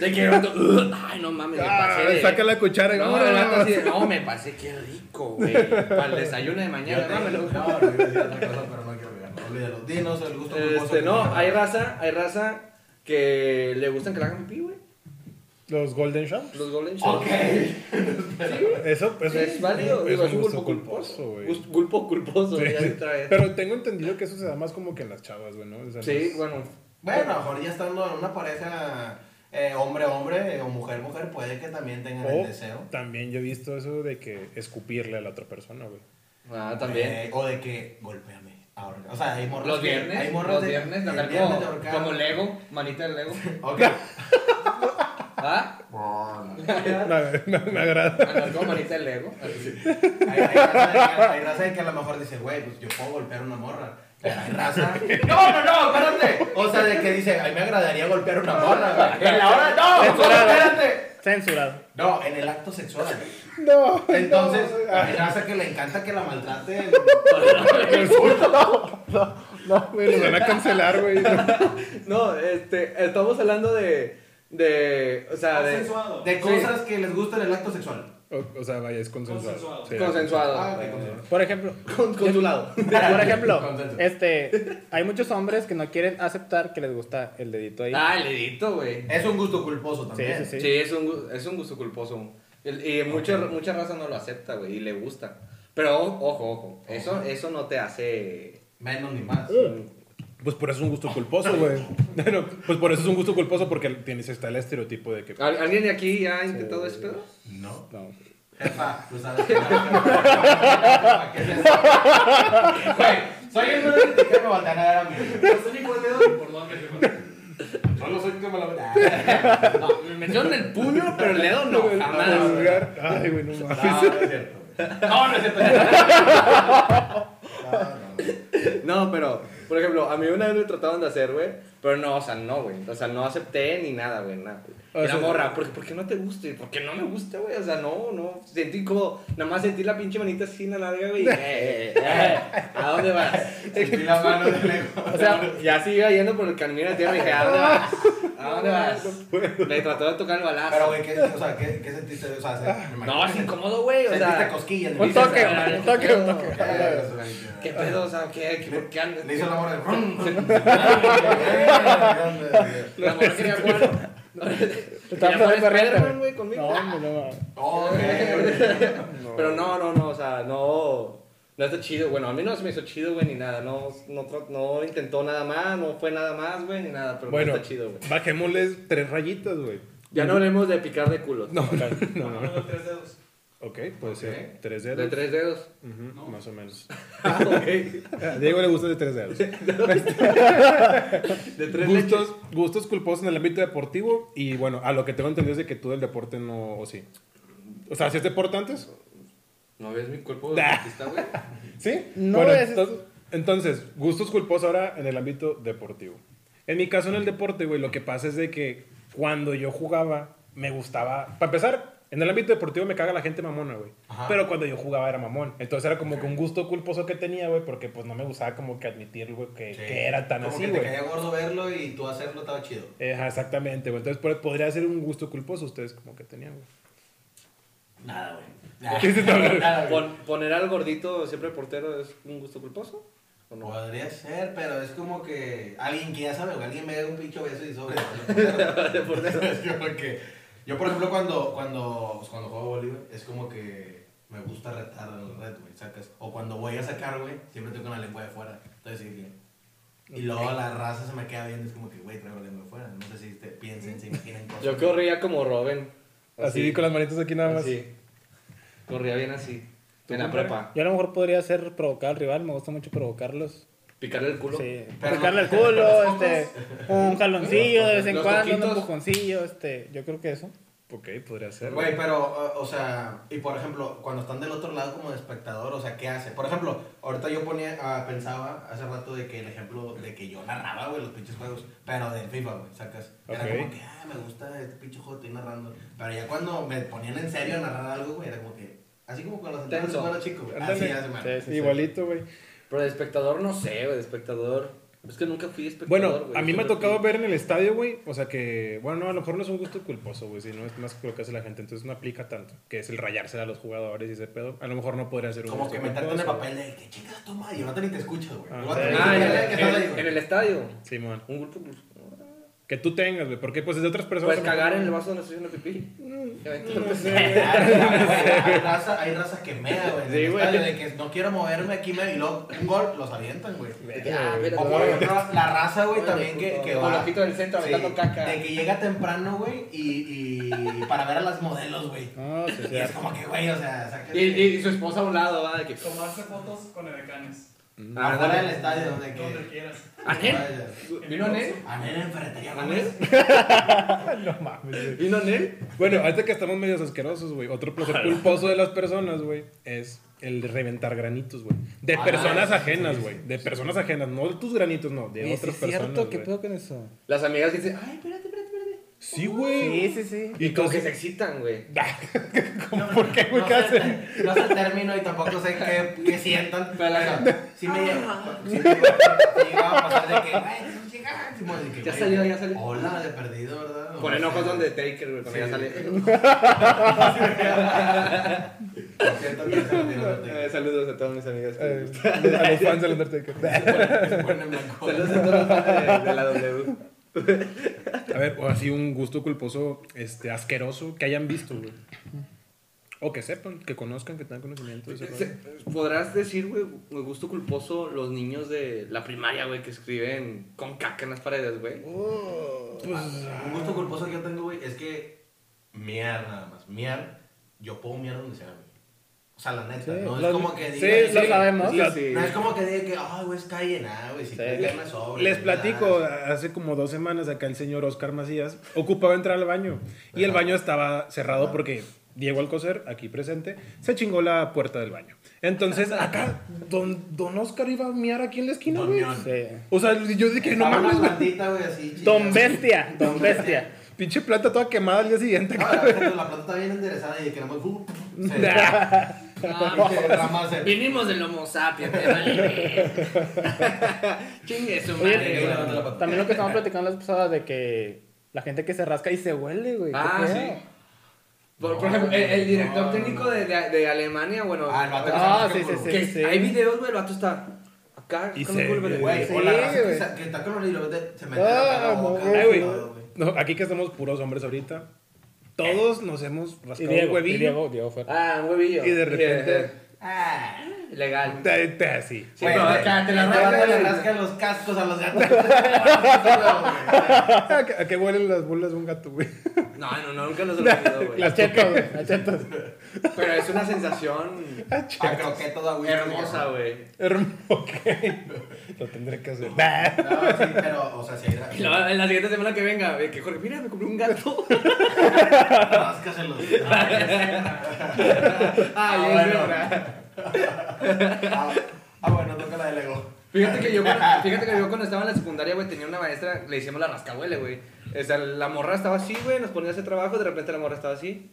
[SPEAKER 2] De que el vato, "Ugh, ay, no mames, me
[SPEAKER 1] Ah,
[SPEAKER 2] pasé de-
[SPEAKER 1] saca la cuchara y
[SPEAKER 2] No,
[SPEAKER 1] vámonos.
[SPEAKER 2] el vato así de, no, me pasé, qué rico, güey. Para el desayuno de mañana,
[SPEAKER 3] no,
[SPEAKER 2] dámelo.
[SPEAKER 3] no, no, no, iba a decir otra cosa, pero no quiero olvidarlo. Olvídalo. Dinos el gusto culposo
[SPEAKER 2] Este,
[SPEAKER 3] que
[SPEAKER 2] no,
[SPEAKER 3] tienes.
[SPEAKER 2] hay raza, hay raza que le gustan que le hagan pipí, güey.
[SPEAKER 1] Los Golden Shots.
[SPEAKER 2] Los Golden Showers.
[SPEAKER 3] Ok.
[SPEAKER 1] Eso, pues, eso
[SPEAKER 2] Es válido, digo, es un
[SPEAKER 1] gusto
[SPEAKER 2] gulpo culposo,
[SPEAKER 1] güey.
[SPEAKER 2] Gust- Gulpo culposo,
[SPEAKER 1] Sí,
[SPEAKER 2] ya
[SPEAKER 1] sí.
[SPEAKER 2] otra vez.
[SPEAKER 1] Pero tengo entendido que eso se da más como que en las chavas, güey, ¿no? O sea, pues,
[SPEAKER 3] pues,
[SPEAKER 1] no
[SPEAKER 2] Sí,
[SPEAKER 1] es-
[SPEAKER 2] bueno.
[SPEAKER 3] Bueno, a lo mejor ya estando en una pareja eh, hombre-hombre eh, o mujer-mujer, puede que también tengan el
[SPEAKER 1] O
[SPEAKER 3] deseo.
[SPEAKER 1] también yo he visto eso de que escupirle a la otra persona, güey.
[SPEAKER 2] Ah, también.
[SPEAKER 3] Eh, o de que golpeame. Ahora, o sea, hay morros.
[SPEAKER 2] Los
[SPEAKER 3] que-
[SPEAKER 2] viernes,
[SPEAKER 3] hay morros
[SPEAKER 2] los
[SPEAKER 3] de-
[SPEAKER 2] viernes,
[SPEAKER 3] el
[SPEAKER 2] andar
[SPEAKER 3] viernes
[SPEAKER 2] como,
[SPEAKER 3] de ahorcar.
[SPEAKER 2] como Lego, manita de Lego.
[SPEAKER 3] Ok.
[SPEAKER 2] ¿Ah?
[SPEAKER 1] Me, me- me agrada.
[SPEAKER 2] Andar como manita de Lego. así.
[SPEAKER 3] Hay, hay raza de que- hay raza de que a lo mejor dice, güey, pues yo puedo golpear una morra. Pero hay raza. No, no, no, espérate. O sea, de que dice, a mí me agradaría golpear una morra, güey. En la hora, no, espérate.
[SPEAKER 4] Censurado.
[SPEAKER 3] No, en el acto sexual.
[SPEAKER 1] No.
[SPEAKER 3] Entonces, hay raza que le encanta que la maltraten. Insulto.
[SPEAKER 1] No, güey, los van a cancelar, güey.
[SPEAKER 2] No, este, estamos hablando de. de o sea, de.
[SPEAKER 5] Consensuado.
[SPEAKER 3] De cosas que les gusta en el acto sexual.
[SPEAKER 1] O, o sea, vaya, es consensuado.
[SPEAKER 5] Consensuado.
[SPEAKER 1] Sí,
[SPEAKER 2] Consensuado.
[SPEAKER 3] Ah, de consensuado.
[SPEAKER 4] Por ejemplo,
[SPEAKER 2] Con, consulado.
[SPEAKER 4] por ejemplo,
[SPEAKER 3] Consenso.
[SPEAKER 4] este, hay muchos hombres que no quieren aceptar que les gusta el dedito ahí.
[SPEAKER 2] Ah, el edito, güey.
[SPEAKER 3] Es un gusto culposo también.
[SPEAKER 4] Sí,
[SPEAKER 2] Sí, es, un, gu- es un gusto culposo. El- Y mucha, mucha raza no lo acepta, güey, y le gusta. Pero o- ojo, ojo, eso, eso no te hace...
[SPEAKER 3] Menos ni más.
[SPEAKER 1] Pues por eso es un gusto culposo, güey. Bueno, pues por eso es un gusto culposo porque tienes está el estereotipo de que
[SPEAKER 2] ¿Al- ¿Alguien de aquí ha intentado ese pedo?
[SPEAKER 3] No.
[SPEAKER 4] No.
[SPEAKER 3] Jefa, tú sabes que la- ¿Qué es eso? Güey, soy el número que te me van a dar a mí.
[SPEAKER 5] No sé ni cuál dedo, por dónde te fue.
[SPEAKER 3] Solo soy que me la van
[SPEAKER 2] No, me metieron el puño, pero el dedo no,
[SPEAKER 1] El
[SPEAKER 2] jamás.
[SPEAKER 1] pulgar. Ay, güey, no mames.
[SPEAKER 3] No, no es cierto. güey. No, no es cierto. No, no.
[SPEAKER 2] No, pero, por ejemplo, a mí una vez me trataban de hacer, güey, pero no, o sea, no, güey. O sea, no acepté ni nada, güey, nada.
[SPEAKER 1] O
[SPEAKER 2] Era
[SPEAKER 1] sea-
[SPEAKER 2] morra, ¿por, ¿por qué no te gusta? ¿Por qué no me gusta, güey? O sea, no, no. Sentí como, nada más sentí la pinche manita así en la larga, güey. y, eh, eh, eh, ¿A dónde vas?
[SPEAKER 3] Sentí la mano de lejos.
[SPEAKER 2] O sea, ya así iba yendo por el camino de la tierra y dije, ¿a dónde vas? ¿A dónde vas? Le trató de tocar el balazo.
[SPEAKER 3] Pero, güey, ¿qué, o sea, ¿qué, qué sentiste? O sea, se- me
[SPEAKER 2] no,
[SPEAKER 3] imagino que
[SPEAKER 2] es
[SPEAKER 3] sentiste
[SPEAKER 2] incómodo, güey. O sea,
[SPEAKER 3] cosquillas. "Ah,
[SPEAKER 4] Un
[SPEAKER 3] ¿viste?
[SPEAKER 4] toque,
[SPEAKER 3] O sea,
[SPEAKER 4] un toque, un toque.
[SPEAKER 2] ¿Qué pedo? "Ah, eh, ¿Qué
[SPEAKER 3] Le
[SPEAKER 2] pedo? O sea, ¿qué, qué, ¿por qué andas?
[SPEAKER 3] hizo la morra
[SPEAKER 2] La morra quería jugar.
[SPEAKER 4] Te
[SPEAKER 2] Quería
[SPEAKER 4] estaba
[SPEAKER 2] jugar
[SPEAKER 4] poniendo corriente,
[SPEAKER 2] Spider-Man,
[SPEAKER 4] güey.
[SPEAKER 2] güey, conmigo.
[SPEAKER 4] No, hombre, no, no.
[SPEAKER 2] Pero no, no, no, o sea, no. No está chido, bueno, a mí no se me hizo chido, güey, ni nada. No, no, tra- no intentó nada más, no fue nada más, güey, ni nada, pero
[SPEAKER 1] Bueno,
[SPEAKER 2] no está chido, güey.
[SPEAKER 1] bajémosles tres rayitas, güey.
[SPEAKER 2] Ya no hablemos de picar de culos.
[SPEAKER 1] No,
[SPEAKER 5] No,
[SPEAKER 1] no,
[SPEAKER 5] no,
[SPEAKER 1] no.
[SPEAKER 5] no, tres dedos.
[SPEAKER 1] Ok, puede ser tres
[SPEAKER 2] De
[SPEAKER 1] dedos.
[SPEAKER 2] tres dedos.
[SPEAKER 1] Ujú,
[SPEAKER 5] No.
[SPEAKER 1] Más o menos.
[SPEAKER 2] Ah, ok.
[SPEAKER 1] A Diego le gusta de tres dedos.
[SPEAKER 2] De tres leches.
[SPEAKER 1] Gustos, gustos culposos en el ámbito deportivo. Y bueno, a lo que tengo entendido es de que tú del deporte no. O sí. O sea, ¿hacías deporte antes?
[SPEAKER 2] ¿No ves mi cuerpo de artista, güey?
[SPEAKER 1] ¿Sí?
[SPEAKER 4] No,
[SPEAKER 1] Bueno,
[SPEAKER 4] es-
[SPEAKER 1] entonces, entonces, gustos culposos ahora en el ámbito deportivo. En mi caso, en el deporte, güey, lo que pasa es de que cuando yo jugaba, me gustaba. Para empezar, en el ámbito deportivo me caga la gente mamona, güey.
[SPEAKER 3] Ajá.
[SPEAKER 1] Pero cuando yo jugaba era mamón. Entonces era como que un gusto culposo que tenía, güey, porque pues no me gustaba como que admitir, güey, que, que era tan así,
[SPEAKER 3] Te
[SPEAKER 1] güey.
[SPEAKER 3] caía gordo verlo y tú hacerlo estaba chido.
[SPEAKER 1] Ajá, exactamente, güey. Entonces por- podría ser un gusto culposo ustedes como que tenían, güey.
[SPEAKER 3] Nada, güey.
[SPEAKER 2] Pon- poner al gordito siempre portero es un gusto culposo. ¿O no?
[SPEAKER 3] Podría ser, pero es como que alguien que ya sabe, güey, alguien me da un pincho beso y sobre. es como que. Yo, por ejemplo, cuando, cuando, pues, cuando juego Bolívar, es como que me gusta retar al red, güey, sacas. O cuando voy a sacar, güey, siempre tengo la lengua de fuera. Entonces, sí, y luego la raza se me queda viendo, es como que, güey, traigo la lengua de fuera. No sé si te piensen, se imaginan cosas.
[SPEAKER 2] Yo corría como Robin.
[SPEAKER 1] Así, con las manitas aquí nada más.
[SPEAKER 2] Así. Corría bien así. En la
[SPEAKER 1] compadre?
[SPEAKER 2] prepa.
[SPEAKER 4] Yo a lo mejor podría ser provocar al rival, me gusta mucho provocarlos.
[SPEAKER 2] Picarle el culo.
[SPEAKER 4] Sí,
[SPEAKER 3] Pero-
[SPEAKER 4] picarle el culo,
[SPEAKER 3] ¿Cómo?
[SPEAKER 4] este, un jaloncillo de vez en
[SPEAKER 2] Los
[SPEAKER 4] cuando, un
[SPEAKER 2] coquitos.
[SPEAKER 4] empujoncillo, este, yo creo que eso.
[SPEAKER 1] Ok, podría ser.
[SPEAKER 3] Güey, pero, o- o sea, y por ejemplo, cuando están del otro lado como de espectador, o sea, ¿qué hace? Por ejemplo, ahorita yo ponía, ah, pensaba hace rato de que el ejemplo de que yo narraba, güey, los pinches juegos, pero de FIFA, güey, sacas. Era
[SPEAKER 1] Ok.
[SPEAKER 3] como que, ah, me gusta este pinche juego, estoy narrando. Pero ya cuando me ponían en serio a narrar algo, güey, era como que, así como cuando los entradas
[SPEAKER 2] Tenso.
[SPEAKER 3] de chico, güey.
[SPEAKER 1] Ándale.
[SPEAKER 3] Así hace, man.
[SPEAKER 4] Sí, sí, sí.
[SPEAKER 1] Igualito, güey.
[SPEAKER 2] Pero de espectador no sé, güey, de espectador. Es que nunca fui espectador,
[SPEAKER 1] Bueno,
[SPEAKER 2] güey,
[SPEAKER 1] a mí me ha
[SPEAKER 2] siempre
[SPEAKER 1] tocado
[SPEAKER 2] fui-
[SPEAKER 1] ver en el estadio, güey. O sea que, bueno, no, a lo mejor no es un gusto culposo, güey, sino es más que lo que hace la gente. Entonces no aplica tanto, que es el rayarse a los jugadores y ese pedo. A lo mejor no podría ser un
[SPEAKER 3] Como
[SPEAKER 1] gusto
[SPEAKER 3] que meterte en el
[SPEAKER 1] culposo,
[SPEAKER 3] papel de que chingas tu madre, Jonathan ni te escuchas, güey.
[SPEAKER 1] Ah,
[SPEAKER 3] Jonathan,
[SPEAKER 1] sí.
[SPEAKER 3] ni
[SPEAKER 2] Ah,
[SPEAKER 3] te
[SPEAKER 2] en,
[SPEAKER 3] escuchas, ¿qué estás ahí,
[SPEAKER 2] el,
[SPEAKER 3] güey?
[SPEAKER 2] en el estadio.
[SPEAKER 1] güey. Simón.
[SPEAKER 2] Un grupo. pues,
[SPEAKER 1] Que tú tengas, güey. Porque pues es de otras personas.
[SPEAKER 2] Pues cagar en el vaso de la sesión de pipí.
[SPEAKER 1] No sé.
[SPEAKER 3] Hay raza, hay raza que mea, güey. en
[SPEAKER 2] Sí,
[SPEAKER 3] el
[SPEAKER 2] güey.
[SPEAKER 3] estadio, De que no quiero moverme aquí, me y luego un gol, los avientan, güey.
[SPEAKER 2] Ah, mira,
[SPEAKER 3] O por ejemplo, la raza, güey, también que, que
[SPEAKER 2] Con
[SPEAKER 3] va-
[SPEAKER 2] ojito del centro,
[SPEAKER 3] sí,
[SPEAKER 2] aventando caca.
[SPEAKER 3] De que llega temprano, güey, y, y para ver a las modelos, güey.
[SPEAKER 4] No, sí,
[SPEAKER 3] Y es
[SPEAKER 4] sí.
[SPEAKER 3] como que, güey, o sea, sácate.
[SPEAKER 2] Y, y- y su esposa a un lado, ¿va? De que.
[SPEAKER 5] Tomarse fotos con edecanes.
[SPEAKER 3] Afuera del estadio, donde
[SPEAKER 2] Eh.
[SPEAKER 5] Donde
[SPEAKER 3] que.
[SPEAKER 5] quieras.
[SPEAKER 2] ¿Anel? ¿Vino Anel?
[SPEAKER 3] Anel en ferretería,
[SPEAKER 2] ¿Anel?
[SPEAKER 3] Gómez.
[SPEAKER 1] No mames, güey.
[SPEAKER 2] ¿Vino Anel?
[SPEAKER 1] Bueno, ahorita que estamos medios asquerosos, güey. Otro placer culposo de las personas, güey, es el de reventar granitos, güey. De
[SPEAKER 3] Ah,
[SPEAKER 1] personas
[SPEAKER 3] sí,
[SPEAKER 1] ajenas,
[SPEAKER 3] sí,
[SPEAKER 1] güey. De personas ajenas. No de tus granitos, no. De
[SPEAKER 4] Oye, sí
[SPEAKER 1] otras
[SPEAKER 4] es
[SPEAKER 1] personas.
[SPEAKER 4] cierto, ¿qué
[SPEAKER 1] güey.
[SPEAKER 4] pedo con eso?
[SPEAKER 2] Las amigas dicen, ay, espérate, espérate, espérate.
[SPEAKER 1] Sí, güey.
[SPEAKER 4] Sí, sí, sí.
[SPEAKER 1] Y
[SPEAKER 2] Como que
[SPEAKER 1] entonces-
[SPEAKER 2] se excitan, güey.
[SPEAKER 1] ¿Cómo? ¿Por qué, güey?
[SPEAKER 3] No
[SPEAKER 1] ¿Qué
[SPEAKER 3] sé-
[SPEAKER 1] hacen?
[SPEAKER 3] No sé el término y tampoco sé qué, qué sientan.
[SPEAKER 2] Pero la-
[SPEAKER 3] Pero sí me llega. Sí me me llegaba a pasar de que, güey, no llegan. Simón, de que,
[SPEAKER 2] Ya
[SPEAKER 3] güey,
[SPEAKER 2] salió, ya salió.
[SPEAKER 3] Hola, de perdido, ¿verdad?
[SPEAKER 2] Ponen
[SPEAKER 3] No
[SPEAKER 2] ojos
[SPEAKER 3] sé.
[SPEAKER 2] donde Taker, güey, cuando
[SPEAKER 3] Sí.
[SPEAKER 2] ya sale.
[SPEAKER 3] Por cierto, que se metieron
[SPEAKER 2] Eh,
[SPEAKER 3] de-
[SPEAKER 2] saludos a todas mis amigas. que me
[SPEAKER 1] Eh,
[SPEAKER 2] gustan.
[SPEAKER 1] a los fans del Undertaker.
[SPEAKER 3] se ponen en blanco.
[SPEAKER 2] Saludos a todos los fans de, de la W.
[SPEAKER 1] A ver, o así un gusto culposo, este, asqueroso, que hayan visto, güey. O que sepan, que conozcan, que tengan conocimiento de ese rollo.
[SPEAKER 2] Se- ¿Podrás decir, güey, me gusto culposo los niños de la primaria, güey, que escriben con caca en las paredes, güey?
[SPEAKER 3] Un gusto culposo que yo tengo, güey, es que miar nada más. Miar, yo puedo miar donde sea, güey. O sea, la neta,
[SPEAKER 4] Sí,
[SPEAKER 3] no es
[SPEAKER 4] lo-
[SPEAKER 3] como que
[SPEAKER 1] sí,
[SPEAKER 3] diga.
[SPEAKER 1] lo
[SPEAKER 3] que-
[SPEAKER 4] sabemos.
[SPEAKER 3] sí,
[SPEAKER 2] Sí.
[SPEAKER 3] No es como que diga que, ay, güey, es calle, nada, güey. Si quieres verme sobre.
[SPEAKER 1] Les
[SPEAKER 3] güey,
[SPEAKER 1] platico,
[SPEAKER 3] nada.
[SPEAKER 1] hace como dos semanas acá el señor Oscar Macías ocupaba entrar al baño y el
[SPEAKER 3] Ajá.
[SPEAKER 1] baño estaba cerrado porque Diego Alcocer, aquí presente, se chingó la puerta del baño. Entonces acá, don, don Oscar iba a miar aquí en la esquina,
[SPEAKER 3] Don
[SPEAKER 1] güey.
[SPEAKER 3] Mion.
[SPEAKER 4] Sí.
[SPEAKER 1] O sea, yo dije, no
[SPEAKER 3] Estaba
[SPEAKER 1] mames,
[SPEAKER 3] una
[SPEAKER 1] güey.
[SPEAKER 3] plantita, güey, así.
[SPEAKER 4] Don
[SPEAKER 3] chingada.
[SPEAKER 4] Bestia, Don Bestia.
[SPEAKER 1] Pinche planta toda quemada al día siguiente.
[SPEAKER 3] No, la planta la planta está bien enderezada y de que nada más. uh, se- se derrama, se-
[SPEAKER 2] Vinimos del Homo sapiens, me vale. Chingue su
[SPEAKER 4] Oye,
[SPEAKER 2] madre,
[SPEAKER 3] Ahí levantó la
[SPEAKER 2] güey.
[SPEAKER 3] pata.
[SPEAKER 4] También lo que estamos platicando las pasadas de que la gente que se rasca y se huele, güey. ¿qué
[SPEAKER 2] Ah,
[SPEAKER 4] pedo?
[SPEAKER 2] sí. Por, por ejemplo, el, el director
[SPEAKER 3] No,
[SPEAKER 2] técnico
[SPEAKER 3] no.
[SPEAKER 2] de, de, de Alemania, bueno.
[SPEAKER 3] Ah, el vato que
[SPEAKER 4] Ah,
[SPEAKER 3] se
[SPEAKER 4] sí,
[SPEAKER 3] rasca,
[SPEAKER 4] sí,
[SPEAKER 2] que
[SPEAKER 4] sí, sí.
[SPEAKER 2] Hay videos, güey, el vato está acá.
[SPEAKER 1] Y
[SPEAKER 2] con
[SPEAKER 1] se-
[SPEAKER 2] el culo, güey.
[SPEAKER 3] Güey,
[SPEAKER 4] Sí,
[SPEAKER 3] o la raza que
[SPEAKER 4] güey.
[SPEAKER 3] sa- que está con los hilos, vete, se mete
[SPEAKER 4] Ah,
[SPEAKER 3] la cara a la
[SPEAKER 4] no,
[SPEAKER 3] boca.
[SPEAKER 1] Ay, güey.
[SPEAKER 3] todo, güey.
[SPEAKER 1] No, aquí que somos puros hombres ahorita, todos nos hemos
[SPEAKER 4] Y
[SPEAKER 1] rascado un
[SPEAKER 4] Diego, y
[SPEAKER 1] huevillo.
[SPEAKER 4] Diego, Diego fue.
[SPEAKER 2] Ah, un huevillo.
[SPEAKER 1] Y de repente-
[SPEAKER 3] Ah.
[SPEAKER 2] Legal.
[SPEAKER 1] Te- te- así.
[SPEAKER 2] Sí, pero acá te la rascan.
[SPEAKER 3] le rascan los cascos a los gatos.
[SPEAKER 1] ¿A qué- a qué huelen las bolas de un gato, güey?
[SPEAKER 2] No, no, no, nunca nos lo olvidó, güey.
[SPEAKER 4] Las chetas, güey, las chetas.
[SPEAKER 2] Pero es una sensación
[SPEAKER 3] A croqueto de agüita.
[SPEAKER 2] hermosa, güey.
[SPEAKER 1] Hermoso. Lo tendré que hacer.
[SPEAKER 3] No, sí, pero, o sea, si hay
[SPEAKER 2] Y luego, en la siguiente semana que venga, güey, que Jorge, mira, me compré un gato.
[SPEAKER 3] rascas en los Ah,
[SPEAKER 2] Ah, Ay, Ah, es
[SPEAKER 3] bueno.
[SPEAKER 2] verdad.
[SPEAKER 3] Ah, ah, bueno, toca la de Lego.
[SPEAKER 2] Fíjate que, yo, cuando- fíjate que yo cuando estaba en la secundaria, güey, tenía una maestra, le decíamos la rascahuele, güey. O sea, la morra estaba así, güey, nos ponía a hacer trabajo, de repente la morra estaba así.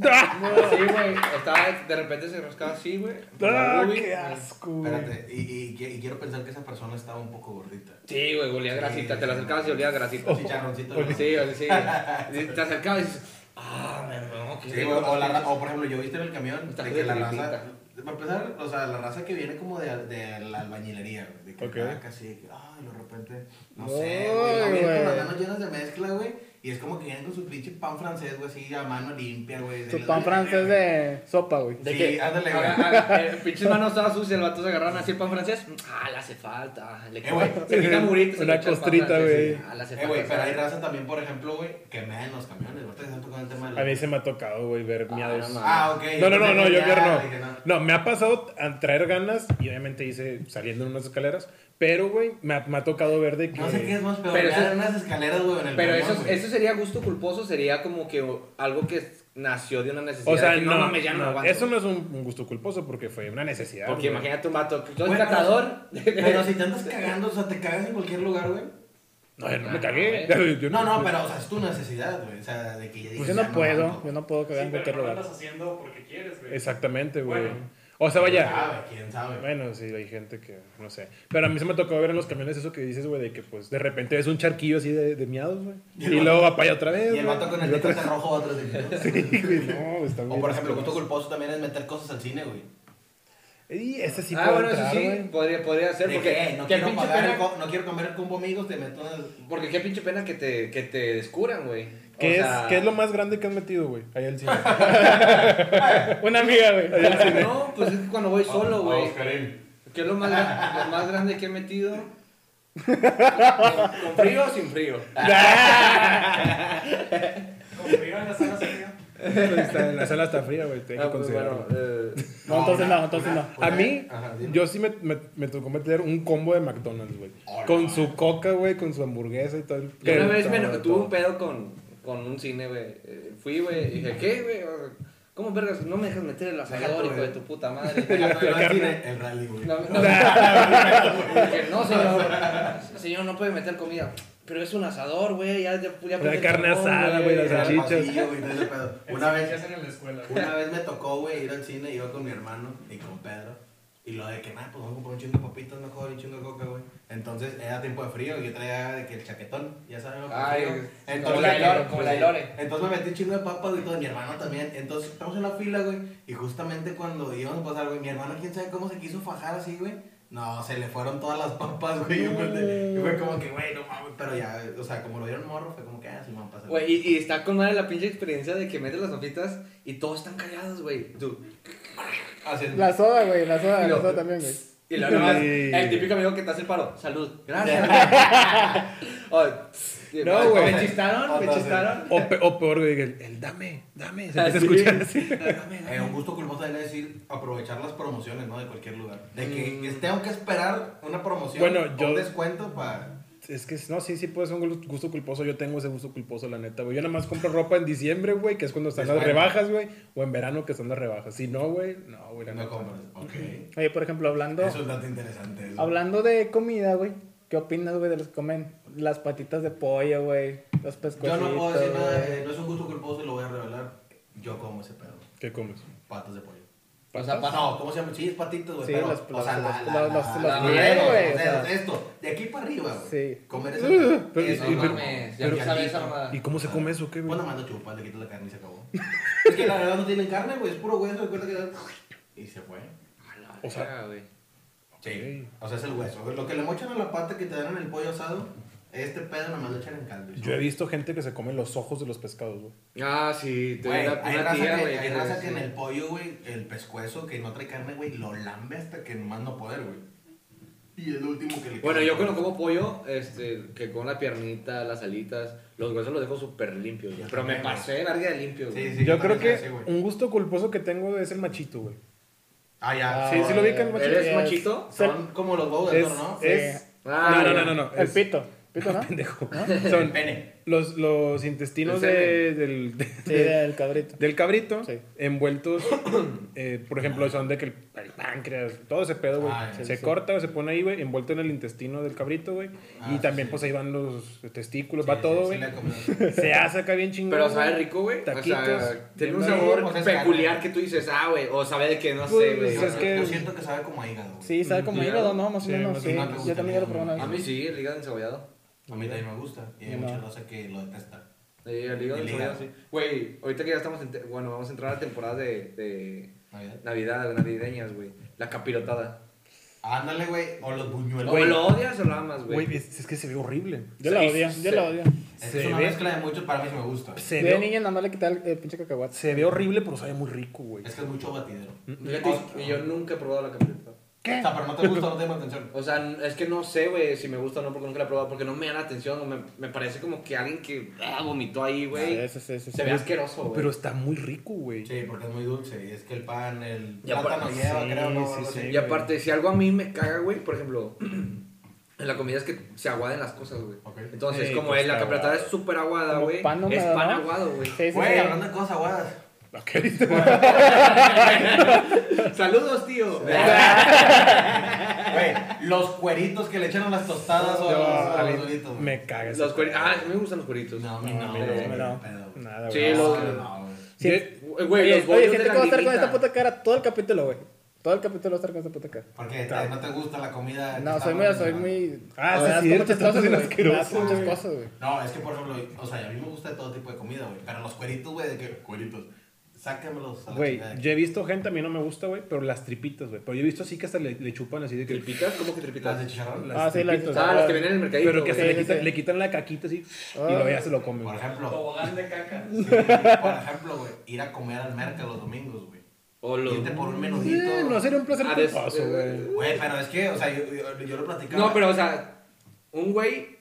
[SPEAKER 2] Sí, güey, estaba, de repente se rascaba así, güey.
[SPEAKER 1] Ah,
[SPEAKER 2] La boobie.
[SPEAKER 1] ¡Qué asco! güey.
[SPEAKER 3] Espérate, y, y, y quiero pensar que esa persona estaba un poco gordita.
[SPEAKER 2] Sí, güey, olía grasita, te la acercabas y olía grasita.
[SPEAKER 3] Oh. Chicharroncito. ¿no?
[SPEAKER 2] Oh, pues Sí, o sea, sí. Te acercabas y dices, ah, me no, qué
[SPEAKER 3] Sí,
[SPEAKER 2] rico,
[SPEAKER 3] güey, o, la
[SPEAKER 2] sí.
[SPEAKER 3] ra- o por ejemplo, yo viste en el camión
[SPEAKER 2] Está
[SPEAKER 3] de que la
[SPEAKER 2] jodido,
[SPEAKER 3] raza. Para empezar, o sea, la raza que viene como de, de la albañilería, güey. De que
[SPEAKER 1] Ok.
[SPEAKER 3] acá casi, de que, ay, de repente. No
[SPEAKER 4] Ay,
[SPEAKER 3] sé, güey. no,
[SPEAKER 4] güey.
[SPEAKER 3] Vienen con las manos llenas de mezcla, güey. Y es como que vienen con su pinche pan francés, güey, así a mano limpia, güey. de
[SPEAKER 4] Su
[SPEAKER 3] la-
[SPEAKER 4] pan francés de sopa, güey.
[SPEAKER 3] Sí,
[SPEAKER 4] De que
[SPEAKER 3] ándale, güey.
[SPEAKER 2] Ah, ah, eh, Pinches manos todas sucias, el vato se agarraron así el pan francés. Ah, le hace falta. Le
[SPEAKER 3] Eh, güey.
[SPEAKER 2] se quita murito. se
[SPEAKER 1] Una
[SPEAKER 2] le echa el pan
[SPEAKER 1] costrita,
[SPEAKER 2] francés,
[SPEAKER 1] güey.
[SPEAKER 2] sí. Ah, le hace
[SPEAKER 3] Eh, güey,
[SPEAKER 2] falta.
[SPEAKER 3] pero hay raza también, por ejemplo, güey, que mea en los camiones. Ahorita que están tocando el tema de los-
[SPEAKER 1] A mí se me ha tocado, güey, ver miados.
[SPEAKER 2] no,
[SPEAKER 3] Ah, ok.
[SPEAKER 1] No, no, no, no, yo
[SPEAKER 3] Ya,
[SPEAKER 1] ver no.
[SPEAKER 3] dije, no.
[SPEAKER 1] No, me ha pasado a traer ganas y obviamente hice saliendo en unas escaleras, pero, güey, me ha, me ha tocado ver de que...
[SPEAKER 3] No sé qué es más peor.
[SPEAKER 2] Pero
[SPEAKER 3] Pero
[SPEAKER 2] eso-
[SPEAKER 3] en unas escaleras, güey, en el
[SPEAKER 2] Pero
[SPEAKER 3] camión,
[SPEAKER 2] eso,
[SPEAKER 3] güey.
[SPEAKER 2] eso sería gusto culposo, sería como que algo que nació de una necesidad.
[SPEAKER 1] O sea,
[SPEAKER 2] de que,
[SPEAKER 1] no,
[SPEAKER 2] mames, ya no,
[SPEAKER 1] no,
[SPEAKER 2] me aguanto.
[SPEAKER 1] eso no es un, un gusto culposo porque fue una necesidad.
[SPEAKER 2] Porque
[SPEAKER 1] güey.
[SPEAKER 2] imagínate un vato, pues, tú eres
[SPEAKER 3] Bueno,
[SPEAKER 2] catador.
[SPEAKER 3] Pero si te andas cagando, o sea, te cagas en cualquier lugar, güey.
[SPEAKER 1] No, yo no me
[SPEAKER 2] Ah,
[SPEAKER 1] cagué.
[SPEAKER 2] güey.
[SPEAKER 1] Yo pues,
[SPEAKER 3] No, no, pero, o sea, es tu necesidad, güey. O sea, de que ya
[SPEAKER 4] Pues
[SPEAKER 3] dices,
[SPEAKER 4] yo
[SPEAKER 3] ya
[SPEAKER 4] no puedo,
[SPEAKER 3] aguanto.
[SPEAKER 4] yo no puedo
[SPEAKER 5] Sí,
[SPEAKER 4] cagar en
[SPEAKER 5] pero
[SPEAKER 4] cualquier
[SPEAKER 5] no lo
[SPEAKER 4] lugar.
[SPEAKER 5] estás haciendo porque quieres, güey.
[SPEAKER 1] Exactamente, güey.
[SPEAKER 5] Bueno.
[SPEAKER 1] O sea,
[SPEAKER 3] ¿Quién
[SPEAKER 1] vaya.
[SPEAKER 3] sabe? ¿Quién sabe?
[SPEAKER 1] Bueno, sí, hay gente que, no sé. Pero a mí se me tocó ver en los camiones eso que dices, güey, de que pues de repente ves un charquillo así de, de miados, güey.
[SPEAKER 3] Y
[SPEAKER 1] Y,
[SPEAKER 3] el
[SPEAKER 1] luego va para allá otra vez.
[SPEAKER 3] Y el
[SPEAKER 1] güey.
[SPEAKER 3] vato con el decote rojo va atrás de mí.
[SPEAKER 1] Sí, güey, no, está bien.
[SPEAKER 3] O por ejemplo, gusto culposo también es meter cosas al cine, güey.
[SPEAKER 1] Y ese sí
[SPEAKER 2] ah,
[SPEAKER 1] puede
[SPEAKER 2] bueno,
[SPEAKER 1] entrar,
[SPEAKER 2] eso sí,
[SPEAKER 1] güey.
[SPEAKER 2] podría, podría ser.
[SPEAKER 3] De
[SPEAKER 2] Porque,
[SPEAKER 3] que, eh, no,
[SPEAKER 2] qué
[SPEAKER 3] quiero
[SPEAKER 2] pinche
[SPEAKER 3] pagar el
[SPEAKER 2] pena,
[SPEAKER 3] co- no quiero comer el combo amigos, te meto en el...
[SPEAKER 2] porque qué pinche pena que te, que te descubran, güey.
[SPEAKER 1] ¿Qué,
[SPEAKER 2] O
[SPEAKER 1] es,
[SPEAKER 2] sea,
[SPEAKER 1] ¿Qué es lo más grande que han metido, güey? Ahí al cine.
[SPEAKER 4] Una amiga, güey.
[SPEAKER 2] No, pues es que cuando voy solo, güey.
[SPEAKER 3] Karim.
[SPEAKER 2] ¿Qué es lo más, gra- lo más grande que he metido? ¿Con, con frío o sin frío?
[SPEAKER 5] Confío en las salas frías.
[SPEAKER 1] Está- la sala está fría, güey. Hay que
[SPEAKER 2] Ah, pues,
[SPEAKER 1] considerarlo.
[SPEAKER 2] bueno, eh,
[SPEAKER 4] No, entonces no, entonces no.
[SPEAKER 1] A mí,
[SPEAKER 3] Ajá, dime.
[SPEAKER 1] yo sí me, me, me tocó meter un combo de McDonald's, güey.
[SPEAKER 3] Hola.
[SPEAKER 1] Con su coca, güey, con su hamburguesa y todo. el-
[SPEAKER 2] yo una vez
[SPEAKER 1] todo,
[SPEAKER 2] me,
[SPEAKER 1] todo.
[SPEAKER 2] tuve un pedo con, con un cine, güey. Eh, Fui, güey, y dije, ¿qué, güey? O- ¿Cómo vergas? No me dejas meter el asador, hijo de tu puta madre.
[SPEAKER 3] El rally, güey.
[SPEAKER 2] No, no, Dije, no, señor. Señor, no puede meter comida. Pero es un asador, güey. Ya, ya, ya
[SPEAKER 1] Una
[SPEAKER 2] puse
[SPEAKER 1] carne
[SPEAKER 2] carbón,
[SPEAKER 1] asada, güey, las
[SPEAKER 3] Era el
[SPEAKER 1] salchichas.
[SPEAKER 3] pasillo, güey, todo ese pedo. Una
[SPEAKER 5] Ya
[SPEAKER 3] vez...
[SPEAKER 5] hacen en la escuela. güey.
[SPEAKER 3] Una vez me tocó, güey, ir al cine, iba con mi hermano y con Pedro. Y lo de que, nada, pues vamos a comprar un chingo de papitas mejor y un chingo de coca, güey. Entonces era tiempo de frío y yo traía de que el chaquetón, ya sabes. lo que
[SPEAKER 2] Ay,
[SPEAKER 3] frío.
[SPEAKER 2] como la de Lore, como la de Lore.
[SPEAKER 3] Entonces me metí un chingo de papas y todo, mi hermano también. Entonces estamos en la fila, güey. Y justamente cuando íbamos a pasar, güey, mi hermano, quién sabe cómo se quiso fajar así, güey. No, se le fueron todas las papas, güey. Y fue- y fue como que, güey, no mames. Pero ya, o sea, como lo dieron morro, fue como que, ah, sí, me pasa.
[SPEAKER 2] Güey, y, y está con madre la pinche experiencia de que metes las papitas y todos están callados, güey. Tú.
[SPEAKER 3] Haciendo-
[SPEAKER 4] La soda, güey, la soda,
[SPEAKER 2] No.
[SPEAKER 4] la soda también, güey.
[SPEAKER 2] Y luego nomás,
[SPEAKER 1] Sí.
[SPEAKER 2] el típico amigo que te hace el paro. Salud. Gracias. Oh, tss,
[SPEAKER 1] No,
[SPEAKER 2] me-
[SPEAKER 1] güey.
[SPEAKER 2] Me chistaron, me
[SPEAKER 3] Otro, sí.
[SPEAKER 2] chistaron. Ah,
[SPEAKER 1] O, pe- o peor, güey, el, el dame, dame. Se
[SPEAKER 2] Así.
[SPEAKER 1] empieza a escuchar así.
[SPEAKER 3] Eh, un gusto culposo también es decir aprovechar las promociones, ¿no? De cualquier lugar. De que
[SPEAKER 2] Mm.
[SPEAKER 3] que tengo que esperar una promoción
[SPEAKER 1] Bueno,
[SPEAKER 3] o
[SPEAKER 1] yo-
[SPEAKER 3] un descuento para...
[SPEAKER 1] Es que, no, sí, sí puede ser un gu- gusto culposo. Yo tengo ese gusto culposo, la neta, güey. Yo nada más compro ropa en diciembre, güey, que es cuando están las
[SPEAKER 3] Descuento.
[SPEAKER 1] rebajas, güey. O en verano que están las rebajas. Si no, güey, no, güey, la
[SPEAKER 3] No
[SPEAKER 1] neta.
[SPEAKER 3] compras. Ok.
[SPEAKER 4] Oye, por ejemplo, hablando,
[SPEAKER 3] Es un dato interesante. eso.
[SPEAKER 4] hablando de comida, güey. ¿Qué opinas, güey, de los que comen las patitas de pollo, güey? Los
[SPEAKER 3] Yo
[SPEAKER 4] pescocitos,
[SPEAKER 3] no puedo decir nada,
[SPEAKER 4] güey?
[SPEAKER 3] eh, no es un gusto culposo y lo voy a revelar. Yo como ese pedo.
[SPEAKER 1] ¿Qué comes?
[SPEAKER 3] Patas de pollo.
[SPEAKER 2] O sea, pa-
[SPEAKER 3] No, ¿cómo se llama? Sí, es patitas, güey.
[SPEAKER 4] Sí,
[SPEAKER 3] pero,
[SPEAKER 4] las-
[SPEAKER 3] o sea,
[SPEAKER 4] las-
[SPEAKER 3] la- la-
[SPEAKER 4] las- las-
[SPEAKER 3] la-
[SPEAKER 4] las
[SPEAKER 3] la-
[SPEAKER 4] bien,
[SPEAKER 3] la-
[SPEAKER 4] güey,
[SPEAKER 3] los
[SPEAKER 4] o sea.
[SPEAKER 3] dedos, Esto, de aquí para arriba, güey.
[SPEAKER 4] Sí.
[SPEAKER 3] Comer ese
[SPEAKER 1] Uh,
[SPEAKER 3] pedo.
[SPEAKER 1] pero-
[SPEAKER 3] Eso,
[SPEAKER 1] y-
[SPEAKER 3] no
[SPEAKER 1] pero-
[SPEAKER 2] mames, ya
[SPEAKER 1] pero-
[SPEAKER 2] no sabes esa mamada.
[SPEAKER 1] ¿Y cómo se come eso, qué, güey?
[SPEAKER 3] Ah. Bueno, mando chupas, le quitas la carne y se acabó. es que la verdad no tienen carne, güey, es puro hueso, recuerda que. Y se fue.
[SPEAKER 1] O sea-
[SPEAKER 2] Ah, güey.
[SPEAKER 3] Sí. O sea, es el hueso. güey. Lo que le mochan a la pata que te dan en el pollo asado, este pedo nomás lo echan en caldo.
[SPEAKER 1] Yo he visto gente que se come los ojos de los pescados, güey.
[SPEAKER 2] Ah, sí, te
[SPEAKER 3] Güey,
[SPEAKER 2] una,
[SPEAKER 3] hay
[SPEAKER 2] una
[SPEAKER 3] raza,
[SPEAKER 2] tía,
[SPEAKER 3] que,
[SPEAKER 2] güey.
[SPEAKER 3] hay
[SPEAKER 2] que-
[SPEAKER 3] raza que
[SPEAKER 2] sí.
[SPEAKER 3] en el pollo, güey, el pescuezo que no trae carne, güey, lo lambe hasta que más no poder, güey. Y es lo último que le
[SPEAKER 2] Bueno,
[SPEAKER 3] queda.
[SPEAKER 2] yo cuando como pollo, este, que con la piernita, las alitas, los huesos los dejo súper limpios, güey.
[SPEAKER 3] Yo
[SPEAKER 2] Pero me
[SPEAKER 3] también, güey.
[SPEAKER 2] pasé de verga de limpio, güey.
[SPEAKER 3] Sí, sí,
[SPEAKER 1] yo creo
[SPEAKER 3] también
[SPEAKER 1] que
[SPEAKER 3] soy así, güey.
[SPEAKER 1] un gusto culposo que tengo es el machito, güey.
[SPEAKER 3] Ah, ya.
[SPEAKER 1] Sí, sí lo vi que el machito.
[SPEAKER 2] ¿Eres
[SPEAKER 4] es-
[SPEAKER 2] machito?
[SPEAKER 3] Son como los huevos de
[SPEAKER 1] Es,
[SPEAKER 3] toro, ¿no?
[SPEAKER 1] es-
[SPEAKER 2] Ah,
[SPEAKER 1] no, no,
[SPEAKER 2] ya.
[SPEAKER 1] no, no, no,
[SPEAKER 4] El
[SPEAKER 1] es-
[SPEAKER 4] pito. Pito, ¿no?
[SPEAKER 1] Pendejo.
[SPEAKER 3] El
[SPEAKER 1] Son
[SPEAKER 3] pene.
[SPEAKER 1] los, los intestinos
[SPEAKER 2] El
[SPEAKER 1] de- del, de-
[SPEAKER 4] Sí, del cabrito.
[SPEAKER 1] del cabrito
[SPEAKER 4] Sí.
[SPEAKER 1] envueltos, eh, por ejemplo, son de que el, el páncreas, todo ese pedo, güey,
[SPEAKER 3] Ah,
[SPEAKER 1] se
[SPEAKER 4] sí, sí.
[SPEAKER 1] corta, güey, se pone ahí, güey, envuelto en el intestino del cabrito, güey.
[SPEAKER 3] Ah,
[SPEAKER 1] y
[SPEAKER 3] sí,
[SPEAKER 1] también,
[SPEAKER 3] sí.
[SPEAKER 1] pues ahí van los testículos,
[SPEAKER 3] Sí,
[SPEAKER 1] va todo,
[SPEAKER 3] sí,
[SPEAKER 1] güey.
[SPEAKER 3] sí la he comido.
[SPEAKER 1] se hace acá bien chingón.
[SPEAKER 2] Pero sabe
[SPEAKER 1] güey.
[SPEAKER 2] rico, güey. O
[SPEAKER 1] Taquitos.
[SPEAKER 2] sea, tiene un
[SPEAKER 1] Sí,
[SPEAKER 2] sabor
[SPEAKER 3] pues es
[SPEAKER 2] peculiar
[SPEAKER 3] carne.
[SPEAKER 2] que tú dices, ah, güey. O sabe de que no sé,
[SPEAKER 1] Pues,
[SPEAKER 2] güey.
[SPEAKER 1] o sea, es que-
[SPEAKER 3] Yo siento que sabe como a hígado. güey.
[SPEAKER 4] Sí, sabe como
[SPEAKER 2] Mm,
[SPEAKER 4] hígado, ¿no? Más o
[SPEAKER 1] sí,
[SPEAKER 4] menos,
[SPEAKER 1] más
[SPEAKER 4] sí.
[SPEAKER 3] o menos.
[SPEAKER 4] Yo también ya lo probé una
[SPEAKER 2] A mí
[SPEAKER 4] vez.
[SPEAKER 2] sí, el hígado encebollado.
[SPEAKER 3] A mí también me gusta. Y hay
[SPEAKER 4] No.
[SPEAKER 3] mucha raza que lo detesta.
[SPEAKER 2] Sí, el hígado
[SPEAKER 3] El
[SPEAKER 2] encebollado,
[SPEAKER 3] hígado.
[SPEAKER 2] sí. Güey, ahorita que ya estamos, en te- bueno, vamos a entrar a la temporada de, de
[SPEAKER 3] Navidad.
[SPEAKER 2] Navidad, navideñas, güey. La capirotada.
[SPEAKER 3] Ándale, güey. O los buñuelos.
[SPEAKER 2] O lo odias o lo amas, güey.
[SPEAKER 1] Güey, es, es que se ve horrible.
[SPEAKER 4] Yo la
[SPEAKER 2] Sí,
[SPEAKER 4] odio, yo
[SPEAKER 2] sí.
[SPEAKER 4] la odio.
[SPEAKER 3] Es que
[SPEAKER 1] se
[SPEAKER 3] es una
[SPEAKER 1] ve-
[SPEAKER 3] mezcla de muchos. Para mí sí me gusta.
[SPEAKER 1] Se
[SPEAKER 4] De
[SPEAKER 1] ve,
[SPEAKER 4] niña nada más le quité el, el pinche cacahuate.
[SPEAKER 1] se ve horrible, pero sabe muy rico, güey.
[SPEAKER 3] Es que es mucho batidero.
[SPEAKER 2] Fíjate que yo nunca he probado la capirotada.
[SPEAKER 3] O sea, pero no te gusta, no te llama la atención.
[SPEAKER 2] O sea, n- es que no sé, güey, si me gusta o no, porque nunca la he probado, porque no me da la atención, o me, me parece como que alguien que ah, vomitó ahí, güey.
[SPEAKER 4] Sí, sí, sí, sí.
[SPEAKER 2] Se ve asqueroso, güey.
[SPEAKER 1] Pero está muy rico, güey.
[SPEAKER 3] Sí, porque es muy dulce. Y es que el pan, el
[SPEAKER 2] Y aparte-
[SPEAKER 3] plátano lleva,
[SPEAKER 1] sí,
[SPEAKER 3] creo, ¿no?
[SPEAKER 1] sí,
[SPEAKER 3] Algo
[SPEAKER 1] sí.
[SPEAKER 3] así.
[SPEAKER 2] Y aparte, si algo a mí me caga, güey, por ejemplo, en la comida es que se aguaden las cosas, güey.
[SPEAKER 3] Ok.
[SPEAKER 2] Entonces,
[SPEAKER 1] Sí,
[SPEAKER 2] como
[SPEAKER 1] pues,
[SPEAKER 2] es, la
[SPEAKER 1] está
[SPEAKER 2] capirotada
[SPEAKER 1] aguado.
[SPEAKER 2] es súper aguada,
[SPEAKER 4] Como
[SPEAKER 2] güey. Es
[SPEAKER 4] pan húmedo,
[SPEAKER 2] pan
[SPEAKER 4] ¿no?
[SPEAKER 2] aguado, güey.
[SPEAKER 4] Sí, sí,
[SPEAKER 3] Güey,
[SPEAKER 4] sí.
[SPEAKER 3] hablando de cosas aguadas.
[SPEAKER 1] Ok, ahorita-
[SPEAKER 2] Saludos, tío.
[SPEAKER 3] Güey, los cueritos que le echaron las tostadas o
[SPEAKER 1] No,
[SPEAKER 3] a
[SPEAKER 1] a mí
[SPEAKER 3] los duritos. güey.
[SPEAKER 1] me cagas.
[SPEAKER 2] Los cueri- Ah, a mí me gustan los cueritos.
[SPEAKER 3] No, a mí no,
[SPEAKER 1] No, a mí no,
[SPEAKER 3] güey,
[SPEAKER 1] a mí
[SPEAKER 4] no.
[SPEAKER 3] qué pedo, güey.
[SPEAKER 1] Nada,
[SPEAKER 2] Sí,
[SPEAKER 1] güey.
[SPEAKER 2] los- Eh,
[SPEAKER 3] No, no, güey.
[SPEAKER 4] Sí.
[SPEAKER 2] Güey,
[SPEAKER 4] Oye,
[SPEAKER 2] los bollos
[SPEAKER 4] oye,
[SPEAKER 2] de
[SPEAKER 4] siento
[SPEAKER 2] la
[SPEAKER 4] que va a estar con
[SPEAKER 2] liguita.
[SPEAKER 4] esta puta cara todo el capítulo, güey. Todo el capítulo va a estar con esa puta cara.
[SPEAKER 3] Porque te- no te gusta la comida. que
[SPEAKER 4] No,
[SPEAKER 3] está
[SPEAKER 4] soy muy,
[SPEAKER 3] buena,
[SPEAKER 4] soy
[SPEAKER 3] ¿no?
[SPEAKER 4] muy.
[SPEAKER 1] Ah, sí,
[SPEAKER 4] me das
[SPEAKER 1] sí,
[SPEAKER 4] con
[SPEAKER 1] eres
[SPEAKER 4] muchas
[SPEAKER 1] bastante
[SPEAKER 4] cosas, güey.
[SPEAKER 1] asqueroso,
[SPEAKER 4] Me das con muchas
[SPEAKER 1] güey.
[SPEAKER 4] cosas, güey.
[SPEAKER 3] No, es que por ejemplo, o sea, a mí me gusta todo tipo de comida, güey. Pero los cueritos, güey, de que cueritos, sácamelos a la
[SPEAKER 1] Güey,
[SPEAKER 3] chingada.
[SPEAKER 1] yo he visto gente, a mí no me gusta, güey, pero las tripitas, güey. Pero yo he visto así que hasta le, le chupan así de que.
[SPEAKER 2] ¿Tripitas? ¿Cómo que
[SPEAKER 3] Las
[SPEAKER 2] tripitas?
[SPEAKER 3] de chicharrón.
[SPEAKER 1] las
[SPEAKER 4] Ah, sí, las
[SPEAKER 1] tripitas.
[SPEAKER 4] chicharrón.
[SPEAKER 2] Ah, las que vienen en el mercadito.
[SPEAKER 1] Pero que
[SPEAKER 4] Sí,
[SPEAKER 1] hasta
[SPEAKER 2] güey.
[SPEAKER 1] le,
[SPEAKER 4] sí,
[SPEAKER 1] quitan,
[SPEAKER 4] sí.
[SPEAKER 1] le quitan la caquita así
[SPEAKER 4] Ah.
[SPEAKER 1] y luego ya se lo comen.
[SPEAKER 3] Por
[SPEAKER 1] güey.
[SPEAKER 3] ejemplo,
[SPEAKER 5] Tobogán de caca.
[SPEAKER 3] Sí, por ejemplo, güey, ir a comer al mercado los domingos, güey.
[SPEAKER 2] O los-
[SPEAKER 3] Irte por un menudito.
[SPEAKER 1] Eh, no sería un placer
[SPEAKER 2] Ah, de-
[SPEAKER 1] culposo, güey.
[SPEAKER 3] Güey, pero es que, o sea, yo, yo- yo lo platicaba.
[SPEAKER 2] No, pero o sea, un güey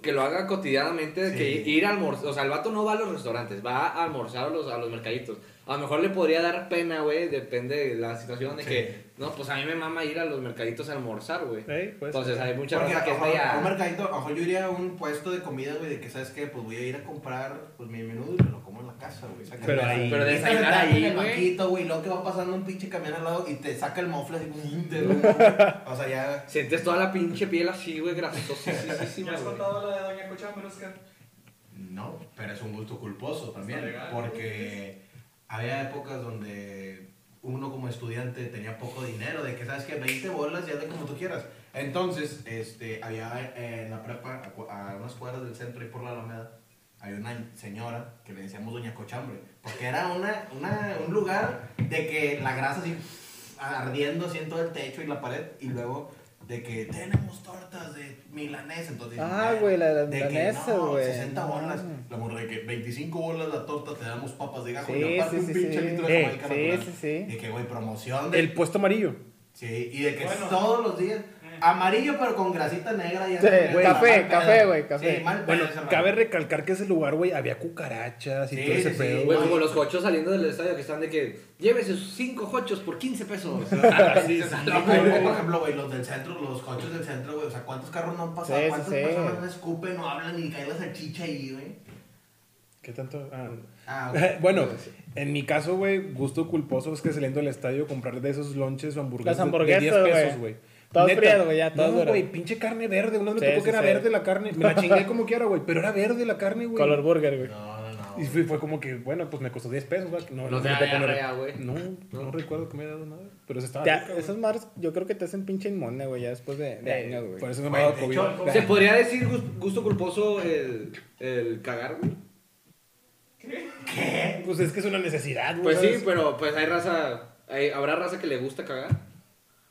[SPEAKER 2] que lo haga cotidianamente, de que
[SPEAKER 3] Sí.
[SPEAKER 2] ir a almorzar, o sea, el vato no va a los restaurantes, va a almorzar a los, a los mercaditos. A lo mejor le podría dar pena, güey, depende de la situación de
[SPEAKER 3] Sí.
[SPEAKER 2] que, no, pues a mí me mama ir a los mercaditos a almorzar, güey.
[SPEAKER 1] Ey, pues.
[SPEAKER 2] Entonces hay mucha
[SPEAKER 3] Porque
[SPEAKER 2] raza que
[SPEAKER 3] a
[SPEAKER 2] es
[SPEAKER 3] lo mejor un
[SPEAKER 2] media...
[SPEAKER 3] mercadito, a lo mejor yo iría a un puesto de comida, güey, de que sabes qué, pues voy a ir a comprar pues, mi menudo y me lo como en la casa, güey. Sácame
[SPEAKER 1] Pero
[SPEAKER 3] la-
[SPEAKER 1] ahí-
[SPEAKER 2] Pero
[SPEAKER 3] Y
[SPEAKER 2] desayunar
[SPEAKER 3] te metes en
[SPEAKER 2] ahí,
[SPEAKER 3] el
[SPEAKER 2] güey.
[SPEAKER 3] banquito, güey, y luego que va pasando un pinche camión al lado y te saca el mofle así, ¡pum! de lujo, güey. O sea, ya.
[SPEAKER 2] Sientes toda la pinche piel así, güey, grasosísima,
[SPEAKER 5] ¿Ya has
[SPEAKER 2] güey.
[SPEAKER 5] contado la de Doña Cuchamarusca?
[SPEAKER 3] No, pero es un gusto culposo también,
[SPEAKER 5] Está legal.
[SPEAKER 3] porque había épocas donde uno como estudiante tenía poco dinero, de que sabes que 20 bolas y hazle como tú quieras. Entonces, este, había eh, en la prepa, a cu- a, unas cuadras del centro y por la Alameda, había una señora que le decíamos Doña Cochambre, porque era una, una- un lugar de que la grasa así ardiendo así en todo el techo y la pared, y luego de que tenemos tortas de milanesa, entonces...
[SPEAKER 4] Ah,
[SPEAKER 3] eh,
[SPEAKER 4] güey, la de
[SPEAKER 3] de que,
[SPEAKER 4] milanesa,
[SPEAKER 3] no,
[SPEAKER 4] güey.
[SPEAKER 3] 60 bolas.
[SPEAKER 4] No.
[SPEAKER 3] La morra de que 25 bolas la torta, te damos papas de gajo
[SPEAKER 4] Sí,
[SPEAKER 3] y aparte
[SPEAKER 4] sí,
[SPEAKER 3] un
[SPEAKER 4] sí,
[SPEAKER 3] pinche
[SPEAKER 4] sí.
[SPEAKER 3] litro de
[SPEAKER 1] Eh,
[SPEAKER 3] jamaica
[SPEAKER 4] sí,
[SPEAKER 3] natural.
[SPEAKER 4] sí, sí.
[SPEAKER 3] De que, güey, promoción. De,
[SPEAKER 1] El puesto amarillo.
[SPEAKER 3] sí, y de que
[SPEAKER 5] Bueno.
[SPEAKER 3] todos los días.
[SPEAKER 1] Mm.
[SPEAKER 3] Amarillo, pero con grasita negra. Ya
[SPEAKER 4] Sí,
[SPEAKER 3] sabes,
[SPEAKER 4] güey,
[SPEAKER 3] la
[SPEAKER 4] café,
[SPEAKER 3] mal pedo.
[SPEAKER 4] café, güey, café.
[SPEAKER 3] Sí, mal
[SPEAKER 1] Eh, Bueno,
[SPEAKER 3] pedo ese
[SPEAKER 1] cabe
[SPEAKER 3] rato.
[SPEAKER 1] recalcar que ese lugar, güey, había cucarachas y
[SPEAKER 3] Sí,
[SPEAKER 1] todo ese
[SPEAKER 3] sí, sí.
[SPEAKER 1] pedo.
[SPEAKER 2] Güey,
[SPEAKER 1] güey.
[SPEAKER 2] como los cochos saliendo del estadio que están de que llévese sus 5 cochos por 15 pesos.
[SPEAKER 1] sí, sí.
[SPEAKER 3] Sí, güey, por ejemplo, güey, los del centro, los coches del centro, güey, o sea, ¿cuántos carros no han pasado?
[SPEAKER 4] Sí, sí,
[SPEAKER 3] ¿Cuántas
[SPEAKER 4] sí.
[SPEAKER 3] personas no escupen, no hablan y cae la salchicha ahí, güey?
[SPEAKER 1] ¿Qué tanto? Ah, no.
[SPEAKER 3] Ah, ok.
[SPEAKER 1] bueno, en mi caso, güey, gusto culposo es que saliendo del estadio comprar de esos lonches o hamburguesas,
[SPEAKER 4] Las
[SPEAKER 1] de
[SPEAKER 4] hamburguesas,
[SPEAKER 1] 10 pesos,
[SPEAKER 4] güey.
[SPEAKER 1] güey.
[SPEAKER 4] Todas
[SPEAKER 1] Neta.
[SPEAKER 4] frías, güey, ya, todas
[SPEAKER 1] No,
[SPEAKER 4] duras.
[SPEAKER 1] güey, pinche carne verde. Una vez me
[SPEAKER 4] Sí,
[SPEAKER 1] tocó
[SPEAKER 4] sí,
[SPEAKER 1] que era
[SPEAKER 4] sí.
[SPEAKER 1] verde la carne. Me la chingué como quiera, güey, pero era verde la carne, güey.
[SPEAKER 4] Color burger, güey.
[SPEAKER 3] No, no, no.
[SPEAKER 1] Y fue, fue como que, bueno, pues me costó 10 pesos, güey. No,
[SPEAKER 2] No
[SPEAKER 1] no
[SPEAKER 2] te
[SPEAKER 1] me
[SPEAKER 2] da
[SPEAKER 1] tocó
[SPEAKER 2] diarrea,
[SPEAKER 1] nada.
[SPEAKER 2] güey.
[SPEAKER 1] No, no, recuerdo que me haya dado nada. Pero se estaba
[SPEAKER 4] Te-
[SPEAKER 1] rica, güey.
[SPEAKER 4] esos mares yo creo que te hacen pinche inmune, güey, ya después de, de años, güey.
[SPEAKER 1] Por eso no me
[SPEAKER 3] Güey,
[SPEAKER 1] ha dado
[SPEAKER 3] de
[SPEAKER 1] COVID.
[SPEAKER 3] hecho,
[SPEAKER 2] ¿Se podría decir gus- gusto culposo el, el cagar, güey?
[SPEAKER 1] Pues es que es una necesidad, güey.
[SPEAKER 2] Pues sí,
[SPEAKER 1] ¿sabes?
[SPEAKER 2] pero pues hay raza, hay- habrá raza que le gusta cagar,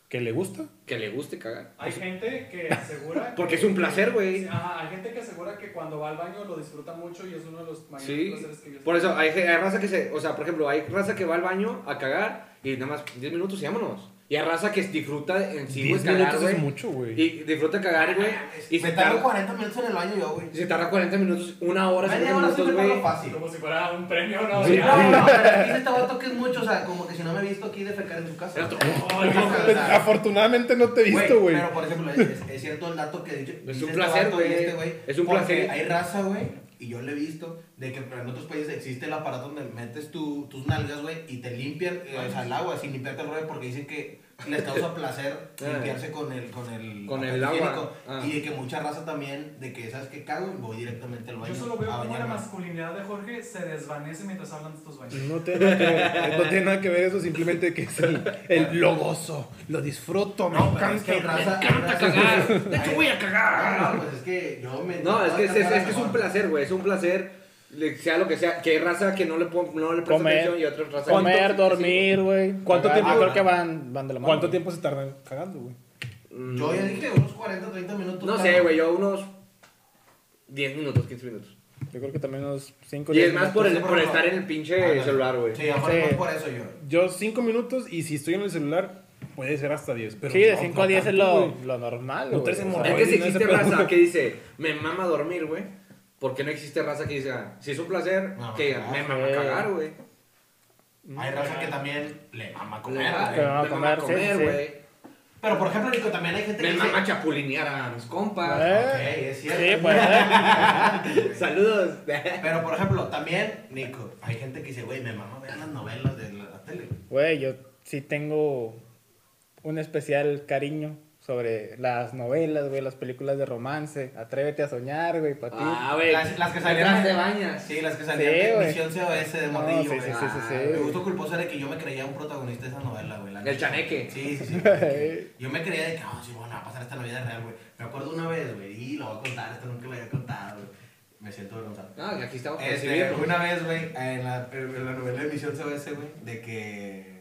[SPEAKER 1] ¿Que le gusta?
[SPEAKER 2] que le guste cagar.
[SPEAKER 5] Hay gente que asegura.
[SPEAKER 2] Pues- Porque
[SPEAKER 5] que-
[SPEAKER 2] es un placer, güey.
[SPEAKER 5] Ajá, hay gente que asegura que cuando va al baño lo disfruta mucho y es uno de los mayores
[SPEAKER 2] Sí,
[SPEAKER 5] placeres que yo
[SPEAKER 2] por eso hay, hay raza que se, o sea, por ejemplo, hay raza que va al baño a cagar y nada más 10 minutos y vámonos. Y hay raza que disfruta en sí,
[SPEAKER 1] 10
[SPEAKER 2] güey, cagar,
[SPEAKER 1] minutos es
[SPEAKER 2] güey.
[SPEAKER 1] mucho, güey.
[SPEAKER 2] Y disfruta cagar, güey. Y
[SPEAKER 3] Y
[SPEAKER 2] se
[SPEAKER 3] Ah, me tardo
[SPEAKER 2] tarda,
[SPEAKER 3] 40 minutos en el baño yo, güey.
[SPEAKER 2] se tarda 40 minutos, una hora,
[SPEAKER 3] Media
[SPEAKER 2] 50
[SPEAKER 3] hora sí
[SPEAKER 2] minutos,
[SPEAKER 3] me
[SPEAKER 2] güey.
[SPEAKER 3] tardo fácil.
[SPEAKER 5] Como si fuera un premio, ¿no?
[SPEAKER 1] Sí.
[SPEAKER 5] Ya.
[SPEAKER 3] No, no, pero aquí se te va a tocar mucho, o sea, como que si no me he visto aquí de fecar en tu casa.
[SPEAKER 2] El otro,
[SPEAKER 3] O sea,
[SPEAKER 1] Afortunadamente no te he visto, güey.
[SPEAKER 3] Pero por ejemplo, es, es cierto el dato que he dicho.
[SPEAKER 2] un
[SPEAKER 3] dice este
[SPEAKER 2] placer,
[SPEAKER 3] vato y
[SPEAKER 2] güey.
[SPEAKER 3] este güey,
[SPEAKER 2] Es un
[SPEAKER 3] porque
[SPEAKER 2] placer.
[SPEAKER 3] Hay raza, güey, y yo lo he visto, de que pero en otros países existe el aparato donde metes tu, tus nalgas, güey, y te limpian eh, o sea, el agua sin limpiarte el rollo porque dicen que les causa placer
[SPEAKER 2] Ah.
[SPEAKER 3] limpiarse con el con el,
[SPEAKER 2] Con
[SPEAKER 3] papel
[SPEAKER 2] el agua.
[SPEAKER 3] higiénico.
[SPEAKER 2] Ah.
[SPEAKER 3] Y de que mucha raza también, de que sabes que cago y voy directamente al baño.
[SPEAKER 5] Yo solo veo
[SPEAKER 3] a
[SPEAKER 5] cómo la
[SPEAKER 3] bañarme.
[SPEAKER 5] masculinidad de Jorge se desvanece mientras hablan de estos baños.
[SPEAKER 1] No tiene, nada que ver, no tiene nada que ver eso, simplemente que es el, el lo gozo, lo disfruto, me
[SPEAKER 3] No, pero es
[SPEAKER 1] encanta.
[SPEAKER 3] que hay raza. hay raza-
[SPEAKER 2] cagar. De hecho, voy a cagar.
[SPEAKER 3] No, no, pues es que yo me.
[SPEAKER 2] No, es que es, es- es que es un
[SPEAKER 3] placer
[SPEAKER 2] placer, güey. Es un placer, le- sea lo que sea. Que hay raza que no le, pon- no le presta
[SPEAKER 4] Comer.
[SPEAKER 2] atención y otra raza
[SPEAKER 4] Comer,
[SPEAKER 2] ¿Cuánto-
[SPEAKER 4] dormir, güey.
[SPEAKER 1] ¿Cuánto
[SPEAKER 4] cagar.
[SPEAKER 1] tiempo-
[SPEAKER 4] Yo creo que van, van de la mano.
[SPEAKER 1] ¿Cuánto
[SPEAKER 4] güey.
[SPEAKER 1] tiempo se tardan cagando, güey?
[SPEAKER 2] Mm,
[SPEAKER 3] Yo ya dije unos 40, 30 minutos.
[SPEAKER 2] No
[SPEAKER 3] cada
[SPEAKER 2] sé,
[SPEAKER 3] uno.
[SPEAKER 2] güey. Yo unos 10 minutos, 15 minutos.
[SPEAKER 4] Yo creo que también unos 5
[SPEAKER 2] Y es más por,
[SPEAKER 3] minutos,
[SPEAKER 2] el,
[SPEAKER 3] sí, por
[SPEAKER 2] por
[SPEAKER 3] favor.
[SPEAKER 2] estar en el pinche
[SPEAKER 3] Ándale.
[SPEAKER 2] celular, güey.
[SPEAKER 3] Sí, a lo mejor
[SPEAKER 4] Sí.
[SPEAKER 3] fue por eso yo.
[SPEAKER 1] Yo 5 minutos y si estoy en el celular puede ser hasta 10. pero
[SPEAKER 4] Sí, de
[SPEAKER 1] no,
[SPEAKER 4] 5
[SPEAKER 1] no
[SPEAKER 4] a 10 es
[SPEAKER 1] tanto,
[SPEAKER 4] lo,
[SPEAKER 1] güey.
[SPEAKER 4] lo normal,
[SPEAKER 1] No
[SPEAKER 4] güey.
[SPEAKER 1] traes
[SPEAKER 4] O sea,
[SPEAKER 1] hemorroides.
[SPEAKER 2] Es que si
[SPEAKER 1] no,
[SPEAKER 2] existe
[SPEAKER 1] ese pedo.
[SPEAKER 2] raza que dice, me mama dormir, güey. Porque no existe raza que diga, si es un placer,
[SPEAKER 3] No,
[SPEAKER 2] que
[SPEAKER 3] no,
[SPEAKER 2] me mama
[SPEAKER 4] güey.
[SPEAKER 2] cagar, güey.
[SPEAKER 4] Mm.
[SPEAKER 3] Hay raza que también le mama
[SPEAKER 2] Me
[SPEAKER 3] comer.
[SPEAKER 2] mama-
[SPEAKER 4] que
[SPEAKER 3] güey.
[SPEAKER 4] va a
[SPEAKER 2] me mama
[SPEAKER 4] comer, sí,
[SPEAKER 2] comer,
[SPEAKER 4] sí.
[SPEAKER 2] güey.
[SPEAKER 3] Pero por ejemplo, Nico, también hay gente que
[SPEAKER 2] Me
[SPEAKER 3] dice.
[SPEAKER 2] mama chapulinear a mis compas.
[SPEAKER 4] Eh,
[SPEAKER 3] Ok, es cierto.
[SPEAKER 4] Sí, pues, eh.
[SPEAKER 2] Saludos.
[SPEAKER 3] Pero por ejemplo, también, Nico, hay gente que dice, güey, me mama ver las novelas de la, la tele.
[SPEAKER 4] Güey, yo sí tengo un especial cariño. sobre las novelas, güey, las películas de romance. Atrévete a soñar, güey, para ti.
[SPEAKER 2] Ah, güey.
[SPEAKER 3] Las, las que
[SPEAKER 2] Atrás
[SPEAKER 3] salían.
[SPEAKER 2] te bañas.
[SPEAKER 3] Sí, las que salían
[SPEAKER 4] Sí,
[SPEAKER 3] de
[SPEAKER 4] güey.
[SPEAKER 3] Misión COS de
[SPEAKER 4] No,
[SPEAKER 3] Morrillo,
[SPEAKER 4] sí,
[SPEAKER 3] güey.
[SPEAKER 4] sí, sí, sí, sí,
[SPEAKER 3] Ah, Mi
[SPEAKER 4] güey.
[SPEAKER 3] gusto culposo era que yo me creía un protagonista de esa novela, güey. la
[SPEAKER 2] El
[SPEAKER 3] neta.
[SPEAKER 2] chaneque.
[SPEAKER 3] Sí, sí, sí. porque yo me creía de que, ah, sí, bueno, va a pasar esta en la vida real, güey. Me acuerdo una vez, güey, y lo voy a contar, esto nunca lo había contado, güey. Me siento avergonzado.
[SPEAKER 2] No, aquí estamos para
[SPEAKER 3] Este,
[SPEAKER 2] recibirlo.
[SPEAKER 3] una vez, güey, en la, en la novela de Misión CBS, güey, de que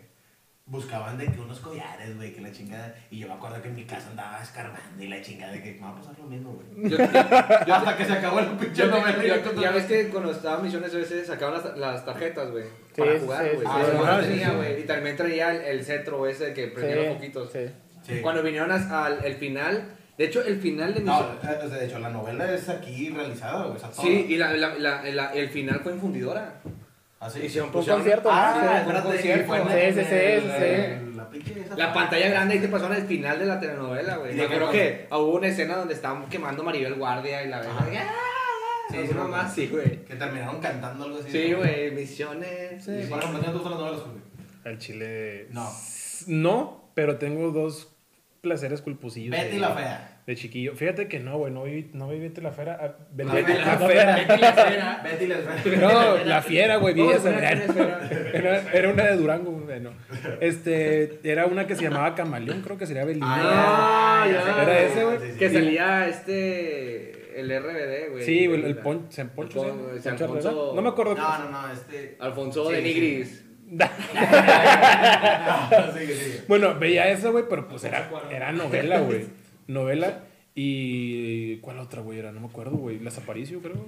[SPEAKER 3] buscaban de que unos collares, güey, que la chingada. Y yo me acuerdo que en mi casa andaba escarbando y la chingada de que me va a pasar lo mismo, güey.
[SPEAKER 2] Yo- yo- yo-
[SPEAKER 3] Hasta que se acabó la pinche
[SPEAKER 2] Yo te-
[SPEAKER 3] novela. y
[SPEAKER 2] yo-
[SPEAKER 3] yo con-
[SPEAKER 2] ya ves que cuando estaba en misiones a veces sacaban las, las tarjetas, güey.
[SPEAKER 4] Sí,
[SPEAKER 2] para
[SPEAKER 4] sí,
[SPEAKER 2] jugar,
[SPEAKER 4] sí,
[SPEAKER 2] güey.
[SPEAKER 4] sí,
[SPEAKER 2] Ah,
[SPEAKER 3] sí.
[SPEAKER 2] yo
[SPEAKER 3] Ah,
[SPEAKER 2] no
[SPEAKER 3] sí,
[SPEAKER 2] tenía,
[SPEAKER 3] sí.
[SPEAKER 2] güey. Y también traía el, el cetro ese que
[SPEAKER 4] Sí,
[SPEAKER 2] prendía los poquitos.
[SPEAKER 4] sí.
[SPEAKER 3] Sí.
[SPEAKER 2] Cuando vinieron as- al el final, de hecho, el final de
[SPEAKER 3] No,
[SPEAKER 2] misiones.
[SPEAKER 3] eh, o sea, de hecho, la novela es aquí realizada, güey. Está
[SPEAKER 2] sí, y la, la, la, la- el final fue en fundidora.
[SPEAKER 3] Así.
[SPEAKER 2] Hicieron
[SPEAKER 4] Fue un
[SPEAKER 2] pusieron-
[SPEAKER 4] concierto.
[SPEAKER 3] Ah,
[SPEAKER 4] sí, fue un
[SPEAKER 3] acuérdate. y
[SPEAKER 4] concierto.
[SPEAKER 3] fue en
[SPEAKER 4] Sí,
[SPEAKER 3] el-
[SPEAKER 4] sí, sí,
[SPEAKER 3] el- La pinche esa-
[SPEAKER 2] La pantalla grande ahí te pasó el final de la telenovela, güey.
[SPEAKER 3] Y
[SPEAKER 2] Me
[SPEAKER 3] de
[SPEAKER 2] acuerdo
[SPEAKER 3] que-
[SPEAKER 2] que hubo una escena donde estaban quemando a Maribel Guardia y la
[SPEAKER 3] Ajá.
[SPEAKER 2] verdad.
[SPEAKER 3] Sí,
[SPEAKER 2] Sí,
[SPEAKER 3] sí,
[SPEAKER 2] sí, mamá,
[SPEAKER 3] me
[SPEAKER 2] sí, güey.
[SPEAKER 3] Que terminaron cantando algo así.
[SPEAKER 2] Sí, güey, misiones.
[SPEAKER 3] Y,
[SPEAKER 2] Sí.
[SPEAKER 3] por ejemplo, ¿te gustan las novelas, güey?
[SPEAKER 1] Al chile.
[SPEAKER 3] No.
[SPEAKER 1] s- No, pero tengo dos placeres culposillos.
[SPEAKER 3] Betty
[SPEAKER 1] de-
[SPEAKER 3] la fea.
[SPEAKER 1] De chiquillo. Fíjate que no, güey. No vi, no vi Betty la Fera. ah, Betty,
[SPEAKER 3] Betty
[SPEAKER 1] la,
[SPEAKER 3] la
[SPEAKER 1] Fera.
[SPEAKER 2] Betty la Fera.
[SPEAKER 3] Betty la fea.
[SPEAKER 1] No, la fiera, güey. Vi
[SPEAKER 2] Vamos a
[SPEAKER 1] esa,
[SPEAKER 2] poner
[SPEAKER 1] era,
[SPEAKER 2] Betty la Fera.
[SPEAKER 1] era- era una de Durango, güey. No. Este, era una que se llamaba Camaleón, creo que sería Belinda.
[SPEAKER 2] Ah,
[SPEAKER 3] Ah,
[SPEAKER 2] ya,
[SPEAKER 3] ya
[SPEAKER 2] ya.
[SPEAKER 3] sé.
[SPEAKER 1] Era ese, güey.
[SPEAKER 3] Sí, sí,
[SPEAKER 2] Que
[SPEAKER 3] sí.
[SPEAKER 2] salía este. El RBD, güey.
[SPEAKER 1] Sí, güey, el pon, San Poncho.
[SPEAKER 2] El
[SPEAKER 1] ¿sí?
[SPEAKER 2] pon-
[SPEAKER 1] Poncho
[SPEAKER 2] San Poncho-
[SPEAKER 1] Herrera. No me acuerdo.
[SPEAKER 3] No, no, no, este.
[SPEAKER 2] Alfonso
[SPEAKER 3] Sí,
[SPEAKER 2] de
[SPEAKER 3] sí.
[SPEAKER 2] Nigris.
[SPEAKER 3] No, sigue, sigue.
[SPEAKER 1] Bueno, veía esa, güey, pero pues era, era novela, güey. Novela y. ¿Cuál otra, güey? Era, no me acuerdo, güey. Las Aparicio, creo.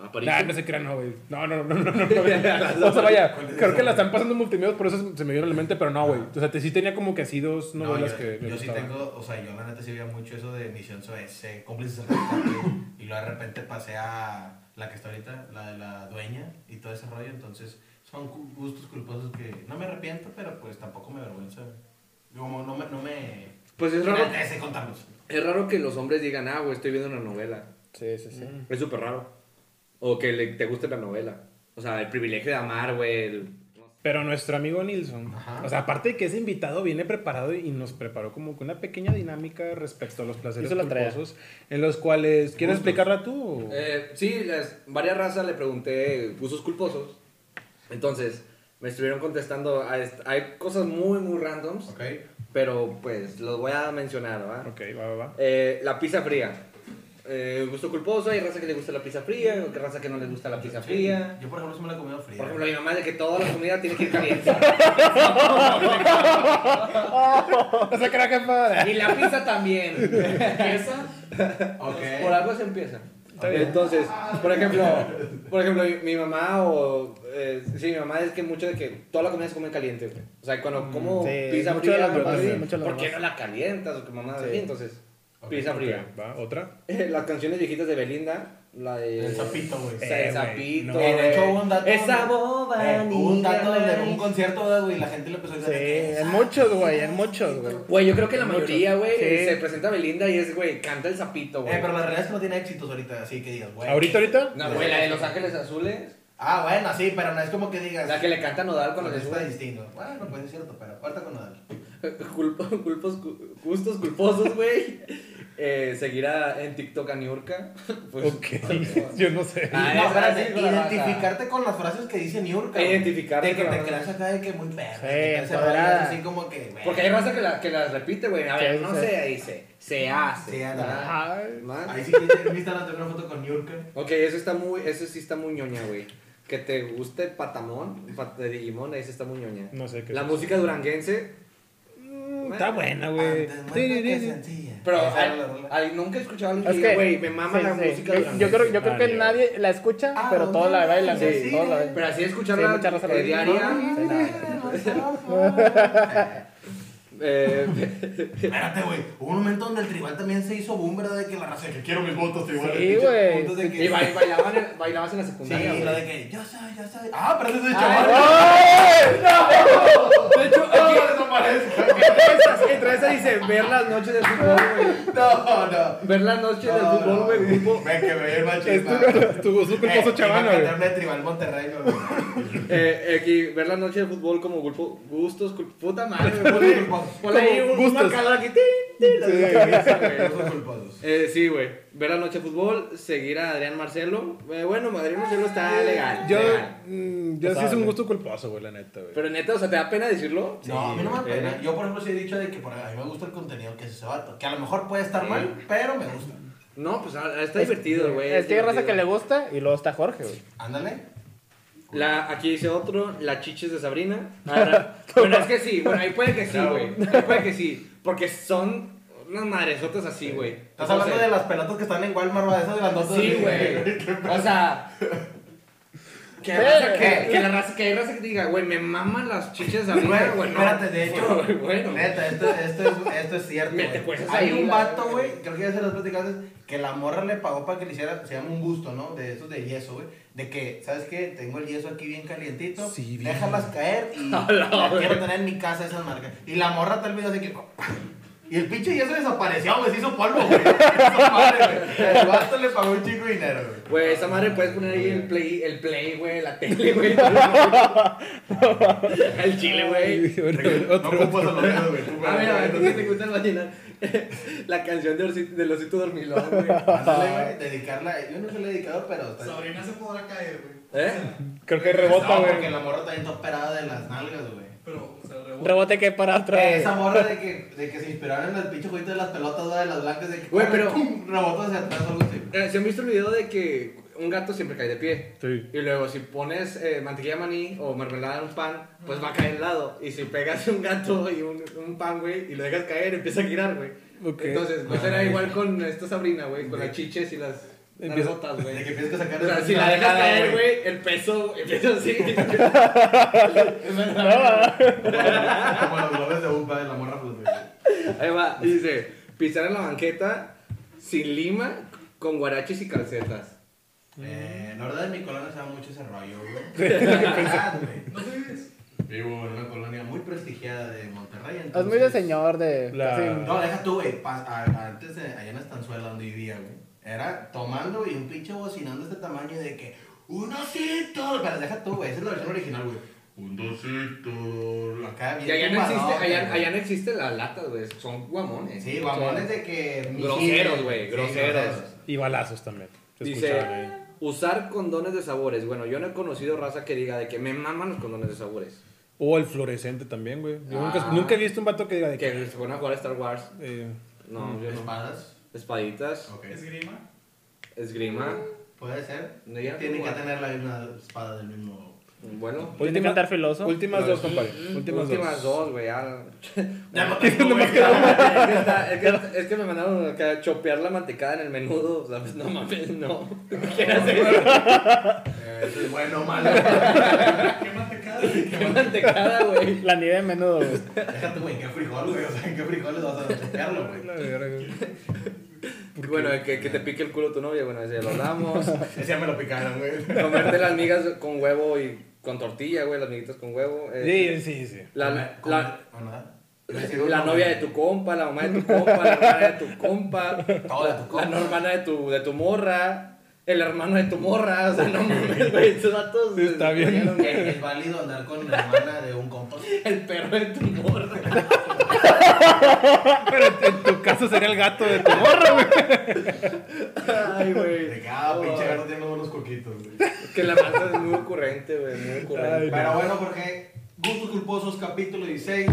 [SPEAKER 1] Ah,
[SPEAKER 2] Aparicio.
[SPEAKER 1] Nah, no se crean, no, güey. No, no, no, no, no. no. O sea, vaya, creo que la están pasando en multimedios, por eso se me vino a la mente, pero no, güey. O sea, te- sí tenía como que así dos
[SPEAKER 3] Ah. No,
[SPEAKER 1] novelas
[SPEAKER 3] yo,
[SPEAKER 1] que me
[SPEAKER 3] yo sí
[SPEAKER 1] gustaban.
[SPEAKER 3] tengo, o sea, yo la neta sí veía mucho eso de Misión SOS, eh, cómplices rescatables, y luego de repente pasé a la que está ahorita, la de la dueña y todo ese rollo, entonces son cu- gustos culposos que no me arrepiento, pero pues tampoco me avergüenza. Como no me, no me,
[SPEAKER 2] Pues es
[SPEAKER 3] no
[SPEAKER 2] raro.
[SPEAKER 3] me hace contarlos.
[SPEAKER 2] Es raro que los hombres digan, ah, güey, estoy viendo una novela.
[SPEAKER 4] Sí, sí, sí.
[SPEAKER 1] Mm.
[SPEAKER 2] Es súper raro. O que le- te guste la novela. O sea, el privilegio de amar, güey. el-
[SPEAKER 1] Pero nuestro amigo Nilsson,
[SPEAKER 3] Ajá.
[SPEAKER 1] o sea, aparte de que ese invitado viene preparado y nos preparó como que una pequeña dinámica respecto a los placeres
[SPEAKER 4] Hizo la tarea.
[SPEAKER 1] culposos, en los cuales, ¿quieres
[SPEAKER 3] Gustos.
[SPEAKER 1] explicarla tú? o?
[SPEAKER 2] Eh, sí, las, varias razas le pregunté gustos culposos. Entonces, me estuvieron contestando. a est- hay cosas muy, muy randoms.
[SPEAKER 3] Ok,
[SPEAKER 2] Pero pues los voy a mencionar, ¿va?
[SPEAKER 1] Ok, va, va, va.
[SPEAKER 2] Eh, la pizza fría. Eh, gusto culposo, hay raza que le gusta la pizza fría, hay raza que no le gusta la pizza fría.
[SPEAKER 3] yo por ejemplo sí me la he comido fría.
[SPEAKER 2] Por ejemplo, mi mamá es de que toda la comida tiene que ir caliente.
[SPEAKER 1] O sea, que era jefa.
[SPEAKER 2] Y la pizza también. ¿Empieza?
[SPEAKER 3] Ok.
[SPEAKER 2] Por algo se empieza.
[SPEAKER 1] Está bien.
[SPEAKER 2] Entonces, por ejemplo, por ejemplo, mi- mi mamá o eh, sí, mi mamá es que mucho de que toda la comida se come caliente, güey. O sea, cuando como
[SPEAKER 4] Mm, sí,
[SPEAKER 2] pizza
[SPEAKER 4] mucho de
[SPEAKER 2] fría,
[SPEAKER 4] las demás,
[SPEAKER 2] madre,
[SPEAKER 4] mucho de las
[SPEAKER 2] ¿por qué no
[SPEAKER 4] demás.
[SPEAKER 2] la calientas o que mamá
[SPEAKER 4] Sí.
[SPEAKER 2] Entonces,
[SPEAKER 3] Ok,
[SPEAKER 2] pizza
[SPEAKER 1] Ok,
[SPEAKER 2] fría.
[SPEAKER 1] va, otra.
[SPEAKER 2] Eh, Las canciones viejitas de Belinda, la de.
[SPEAKER 3] El sapito, güey.
[SPEAKER 2] Sí,
[SPEAKER 1] Eh,
[SPEAKER 2] el sapito.
[SPEAKER 1] güey,
[SPEAKER 3] Eh, de hecho, hubo un dato.
[SPEAKER 2] Esa
[SPEAKER 3] donde-
[SPEAKER 2] boba.
[SPEAKER 3] eh, hubo un dato de un
[SPEAKER 2] niña.
[SPEAKER 3] concierto, güey, y la gente le empezó a decir. "Ah,
[SPEAKER 4] Sí, en muchos, güey, en muchos, güey.
[SPEAKER 2] Güey, yo creo que la
[SPEAKER 4] Mucho.
[SPEAKER 2] mayoría, güey,
[SPEAKER 4] Sí.
[SPEAKER 2] se presenta Belinda y es, güey, canta el sapito, güey.
[SPEAKER 3] Eh, pero la realidad es que no tiene éxitos ahorita, así que digas, güey.
[SPEAKER 1] ¿Ahorita, ahorita?
[SPEAKER 2] No, güey, la de Los Ángeles Azules,
[SPEAKER 3] Ah, bueno, sí, pero no es como que digas.
[SPEAKER 2] la que le canta Nodal cuando le
[SPEAKER 3] está
[SPEAKER 2] sube.
[SPEAKER 3] distinto. Bueno, pues es cierto, pero ahorita con Nadal.
[SPEAKER 2] Culpo- culpos, cu- gustos culposos, güey. Eh, seguirá en TikTok a Niurka. Pues,
[SPEAKER 1] Ok,
[SPEAKER 2] pues,
[SPEAKER 1] yo no sé.
[SPEAKER 2] Ah,
[SPEAKER 3] no,
[SPEAKER 2] es
[SPEAKER 3] espérate,
[SPEAKER 2] así, güey,
[SPEAKER 3] identificarte con las frases que dice Niurka. güey.
[SPEAKER 2] Identificarte
[SPEAKER 3] De que
[SPEAKER 2] con
[SPEAKER 3] te
[SPEAKER 2] las
[SPEAKER 3] creas acá de que muy perro. que te hace
[SPEAKER 4] empoderada.
[SPEAKER 3] rollo Así como que, güey.
[SPEAKER 2] Porque hay raza que, la- que las repite, güey. A
[SPEAKER 4] Sí,
[SPEAKER 2] ver,
[SPEAKER 4] sí,
[SPEAKER 2] no
[SPEAKER 4] sí.
[SPEAKER 2] se dice, se hace. Ah,
[SPEAKER 3] Se hace.
[SPEAKER 2] ¿verdad?
[SPEAKER 4] Ay.
[SPEAKER 2] ¿Más?
[SPEAKER 3] Ahí sí que en Instagram tengo una foto con Niurka.
[SPEAKER 2] Ok, eso está muy, eso sí está muy ñoña, güey. Que te guste Patamón, Pat- de Digimon, ahí sí está muy ñoña.
[SPEAKER 1] No sé qué
[SPEAKER 2] La
[SPEAKER 1] es.
[SPEAKER 2] música duranguense,
[SPEAKER 1] Mm, Está
[SPEAKER 2] Ah,
[SPEAKER 1] buena, güey.
[SPEAKER 3] Antes
[SPEAKER 1] Sí,
[SPEAKER 3] muerta que
[SPEAKER 1] sí, sí.
[SPEAKER 3] sencilla.
[SPEAKER 2] pero
[SPEAKER 3] Esa era
[SPEAKER 2] al-
[SPEAKER 3] la rola.
[SPEAKER 2] al- nunca he escuchado a alguien
[SPEAKER 4] Es
[SPEAKER 2] que diga,
[SPEAKER 4] que-
[SPEAKER 2] güey, me mama
[SPEAKER 4] sí,
[SPEAKER 2] la
[SPEAKER 4] sí.
[SPEAKER 2] música
[SPEAKER 4] Yo-
[SPEAKER 2] duranguense.
[SPEAKER 4] Yo creo, yo creo que
[SPEAKER 1] Vale.
[SPEAKER 4] nadie la escucha,
[SPEAKER 3] Ah,
[SPEAKER 4] pero todos la bailan,
[SPEAKER 3] sí,
[SPEAKER 4] güey,
[SPEAKER 3] sí.
[SPEAKER 4] todos la bailan.
[SPEAKER 2] Pero así
[SPEAKER 4] Sí,
[SPEAKER 2] escucharla
[SPEAKER 4] mucha raza la
[SPEAKER 2] eh,
[SPEAKER 4] ve.
[SPEAKER 2] diaria.
[SPEAKER 4] Sí, nada.
[SPEAKER 2] eh,
[SPEAKER 3] Espérate, güey. Hubo un momento donde el tribal también se hizo boom, ¿verdad? De que la raza de que quiero mis votos tribal.
[SPEAKER 4] Sí,
[SPEAKER 3] el pinche
[SPEAKER 4] güey.
[SPEAKER 3] punto de que-
[SPEAKER 2] y ba- bailaban en- bailabas en la
[SPEAKER 3] Sí,
[SPEAKER 2] secundaria,
[SPEAKER 3] lo
[SPEAKER 2] güey.
[SPEAKER 3] de que yo soy, yo soy. Ah, pero ese es el
[SPEAKER 2] Ah,
[SPEAKER 3] chaval.
[SPEAKER 2] De hecho,
[SPEAKER 3] No,
[SPEAKER 2] aquí,
[SPEAKER 3] desaparezca.
[SPEAKER 2] entre esas dice, ver las noches del fútbol, güey.
[SPEAKER 3] No, no.
[SPEAKER 2] Ver las noches del
[SPEAKER 3] No,
[SPEAKER 2] fútbol,
[SPEAKER 3] no.
[SPEAKER 2] güey. fútbol.
[SPEAKER 3] Ven que me ve el Eh,
[SPEAKER 1] Es
[SPEAKER 3] machismo.
[SPEAKER 1] tu, tu gusto culposo chaval,
[SPEAKER 3] Iba a
[SPEAKER 1] güey.
[SPEAKER 3] cantarme de tribal Monterrey, güey.
[SPEAKER 2] Eh, aquí, ver la noche de fútbol como gulpo- gustos, cul- puta madre, güey. ponle-
[SPEAKER 3] Gustos.
[SPEAKER 2] Ponle ahí un- un
[SPEAKER 1] Gustos.
[SPEAKER 2] marcador aquí. ¡ting!
[SPEAKER 3] Pero son culpados.
[SPEAKER 2] Eh, sí, güey. Ver la noche de fútbol, seguir a Adrián Marcelo. Eh, bueno, Adrián Marcelo
[SPEAKER 3] Ah,
[SPEAKER 2] está legal.
[SPEAKER 1] Yo,
[SPEAKER 2] legal.
[SPEAKER 1] mm, yo sí es un gusto culposo, güey, la neta, güey.
[SPEAKER 2] Pero neta, o sea, ¿te da pena decirlo?
[SPEAKER 3] No, a mí no me da
[SPEAKER 2] güey,
[SPEAKER 3] pena.
[SPEAKER 2] eh.
[SPEAKER 3] Yo, por ejemplo, sí he dicho de que por, a mí me gusta el contenido que hace ese vato. Que a lo mejor puede estar mal, pero me gusta.
[SPEAKER 2] No, pues ah, está divertido, güey.
[SPEAKER 4] Es que hay raza que le
[SPEAKER 2] divertido.
[SPEAKER 4] gusta y luego está Jorge, güey.
[SPEAKER 3] Ándale.
[SPEAKER 2] La, aquí dice otro, la chichis de Sabrina. Ahora, bueno, es que sí, bueno, ahí puede que sí, güey. Ahí puede que sí. Porque son unas madresotas así, güey.
[SPEAKER 3] Estás hablando de las pelotas que están en Walmart, ¿verdad? esas grandotas.
[SPEAKER 2] Sí, güey. O sea. Que, raza que,
[SPEAKER 4] Pero-
[SPEAKER 2] que la raza, que hay raza que diga, güey, me maman las chiches de
[SPEAKER 3] Güey,
[SPEAKER 2] Sabrina, güey. no.
[SPEAKER 3] espérate, de hecho,
[SPEAKER 2] Güey, bueno.
[SPEAKER 3] neta, esto, esto, es, esto es cierto.
[SPEAKER 2] Me
[SPEAKER 3] güey.
[SPEAKER 2] te cuestas
[SPEAKER 3] Hay
[SPEAKER 2] ahí,
[SPEAKER 3] un
[SPEAKER 2] la
[SPEAKER 3] vato,
[SPEAKER 2] verga.
[SPEAKER 3] güey, creo que ya se las platicaste, que la morra le pagó para que le hiciera, se llama un busto, ¿no? De esos de yeso, güey. De que, ¿sabes qué? Tengo el yeso aquí bien calientito,
[SPEAKER 1] Sí, bien.
[SPEAKER 3] déjalas caer y
[SPEAKER 4] A la
[SPEAKER 3] la quiero
[SPEAKER 4] verga.
[SPEAKER 3] tener en mi casa esas marcas. Y la morra tal vez así que... Y el pinche yeso desapareció, güey, se hizo polvo, güey. Esa madre, güey. El vato le pagó un chico de dinero, güey.
[SPEAKER 2] Güey, esa madre puedes poner ahí el play, el play, güey, la tele, güey. el chile, güey.
[SPEAKER 1] Bueno,
[SPEAKER 3] No
[SPEAKER 1] otro.
[SPEAKER 3] ocupas a los dedos, güey. tú,
[SPEAKER 2] A ver, a ver, ¿tú
[SPEAKER 3] güey.
[SPEAKER 2] qué te gusta el vallenato? La canción de Orsi- del Osito Dormilón, güey.
[SPEAKER 3] Ándale, güey, dedicarla. Yo no soy el dedicador, pero. está-
[SPEAKER 5] Sabrina se podrá caer, güey.
[SPEAKER 2] ¿Eh?
[SPEAKER 4] Creo que rebota,
[SPEAKER 3] no,
[SPEAKER 4] güey.
[SPEAKER 3] porque la morra también está operada de las nalgas, güey. Eh,
[SPEAKER 5] Pero, o sea, rebota.
[SPEAKER 4] Rebote que para atrás.
[SPEAKER 3] Esa morra de que, de que se inspiraron en el pinche jueguito de las pelotas, ¿verdad? de las blancas, de que.
[SPEAKER 2] Güey, pero-
[SPEAKER 3] ¡Pum! Rebotó hacia atrás o algo así.
[SPEAKER 2] Eh, ¿Se han visto el video de que un gato siempre cae de pie?
[SPEAKER 1] Sí.
[SPEAKER 2] Y luego, si pones eh, mantequilla de maní o mermelada en un pan, pues va a caer al lado. Y si pegas un gato y un, un pan, güey, y lo dejas caer, empieza a girar, güey.
[SPEAKER 1] Ok.
[SPEAKER 2] Entonces, pues
[SPEAKER 3] Ah,
[SPEAKER 2] era
[SPEAKER 3] güey.
[SPEAKER 2] igual con esta Sabrina, güey, con las chiches y las
[SPEAKER 1] Empieza-
[SPEAKER 2] botas, güey.
[SPEAKER 3] De que empiezas a sacar
[SPEAKER 2] O sea,
[SPEAKER 3] el-
[SPEAKER 2] si la dejas
[SPEAKER 3] nalgada,
[SPEAKER 2] caer, güey, el peso empieza así.
[SPEAKER 3] Como los globes de Upa de la morra, pues, güey.
[SPEAKER 2] Ahí va, dice, pisar en la banqueta sin lima, con guaraches y calcetas.
[SPEAKER 3] Eh, la verdad, en mi colonia se da mucho ese rollo, güey. Es la verdad, güey.
[SPEAKER 5] ¿No te vives?
[SPEAKER 3] Vivo en una colonia muy prestigiada de Monterrey.
[SPEAKER 4] Es muy de
[SPEAKER 3] entonces-
[SPEAKER 4] señor de.
[SPEAKER 1] La-
[SPEAKER 4] sí.
[SPEAKER 3] No, deja tú, güey. pa- a- Antes, de, allá en Estanzuela, donde vivía, güey. Era tomando, güey, un pinche bocinando de este tamaño de que... ¡Un osito! Pero deja tú, güey. Esa es la versión original, güey. ¡Un osito! Acá bien
[SPEAKER 2] Y allá no existe,
[SPEAKER 3] tumbadote,
[SPEAKER 2] allá,
[SPEAKER 3] güey.
[SPEAKER 2] allá no existe las latas, güey, son guamones.
[SPEAKER 3] Sí, guamones de que...
[SPEAKER 2] Groseros, güey, groseros.
[SPEAKER 1] Y balazos también. Se
[SPEAKER 2] Dice,
[SPEAKER 1] escuchaban ahí.
[SPEAKER 2] usar condones de sabores. Bueno, yo no he conocido raza que diga de que me maman los condones de sabores.
[SPEAKER 1] O el fluorescente también, güey. Yo
[SPEAKER 2] Ah.
[SPEAKER 1] nunca, nunca he visto un vato que diga de que.
[SPEAKER 2] Que se van a jugar a Star Wars.
[SPEAKER 1] eh,
[SPEAKER 2] No, yo no.
[SPEAKER 3] Espadas.
[SPEAKER 2] Espaditas,
[SPEAKER 3] Ok.
[SPEAKER 5] Esgrima.
[SPEAKER 2] esgrima.
[SPEAKER 3] Puede ser.
[SPEAKER 2] No, ya no
[SPEAKER 3] Tienen que
[SPEAKER 2] jugar.
[SPEAKER 3] tener la misma espada del mismo...
[SPEAKER 2] Bueno.
[SPEAKER 4] Tiene que
[SPEAKER 1] última-
[SPEAKER 4] andar filoso.
[SPEAKER 1] últimas dos, compadre. Últimas,
[SPEAKER 2] Mm,
[SPEAKER 1] dos.
[SPEAKER 2] Últimas dos, güey. ya.
[SPEAKER 3] Ya no tengo,
[SPEAKER 2] Es
[SPEAKER 3] güey.
[SPEAKER 2] que está- es que- es que me mandaron acá a chopear la mantecada en el menudo. O sea, pues, no mames, no. ¿Qué haces?
[SPEAKER 3] Eh, Eso es bueno o malo.
[SPEAKER 5] ¿Qué más te cae?
[SPEAKER 2] ¿Qué mantecada, güey?
[SPEAKER 4] La nieve de menudo, güey.
[SPEAKER 3] Déjate, güey, ¿en qué frijol, güey? O sea, ¿en qué frijoles vas a tocarlo, güey?
[SPEAKER 1] La verga, güey.
[SPEAKER 2] Bueno, que, que te pique el culo tu novia. Bueno, ese ya lo hablamos.
[SPEAKER 3] Ese ya me lo picaron, güey.
[SPEAKER 2] Comerte las migas con huevo y con tortilla, güey, las miguitas con huevo.
[SPEAKER 1] Sí,
[SPEAKER 2] eh,
[SPEAKER 1] sí, sí.
[SPEAKER 2] La, la,
[SPEAKER 3] ¿Cómo-
[SPEAKER 2] la,
[SPEAKER 3] cómo- verdad?
[SPEAKER 2] la novia
[SPEAKER 3] eh.
[SPEAKER 2] de tu compa, la mamá de tu compa, la hermana de tu compa,
[SPEAKER 3] Todo de
[SPEAKER 2] la,
[SPEAKER 3] tu compa.
[SPEAKER 2] la hermana de tu, de tu morra, el hermano de tu morra, o sea, no mames, güey, esos datos.
[SPEAKER 1] Sí, está bien.
[SPEAKER 3] Es es válido andar con la hermana de un compa.
[SPEAKER 2] El perro de tu morra.
[SPEAKER 1] Pero en, en tu caso sería el gato de tu morro, güey.
[SPEAKER 2] Ay,
[SPEAKER 3] De
[SPEAKER 2] güey.
[SPEAKER 3] que, ah, pinche
[SPEAKER 2] Ay,
[SPEAKER 3] gato tiene unos coquitos, güey.
[SPEAKER 2] Que la mata es muy ocurrente, güey, muy ocurrente.
[SPEAKER 3] Pero bueno, Jorge, Gustos Culposos, capítulo 16.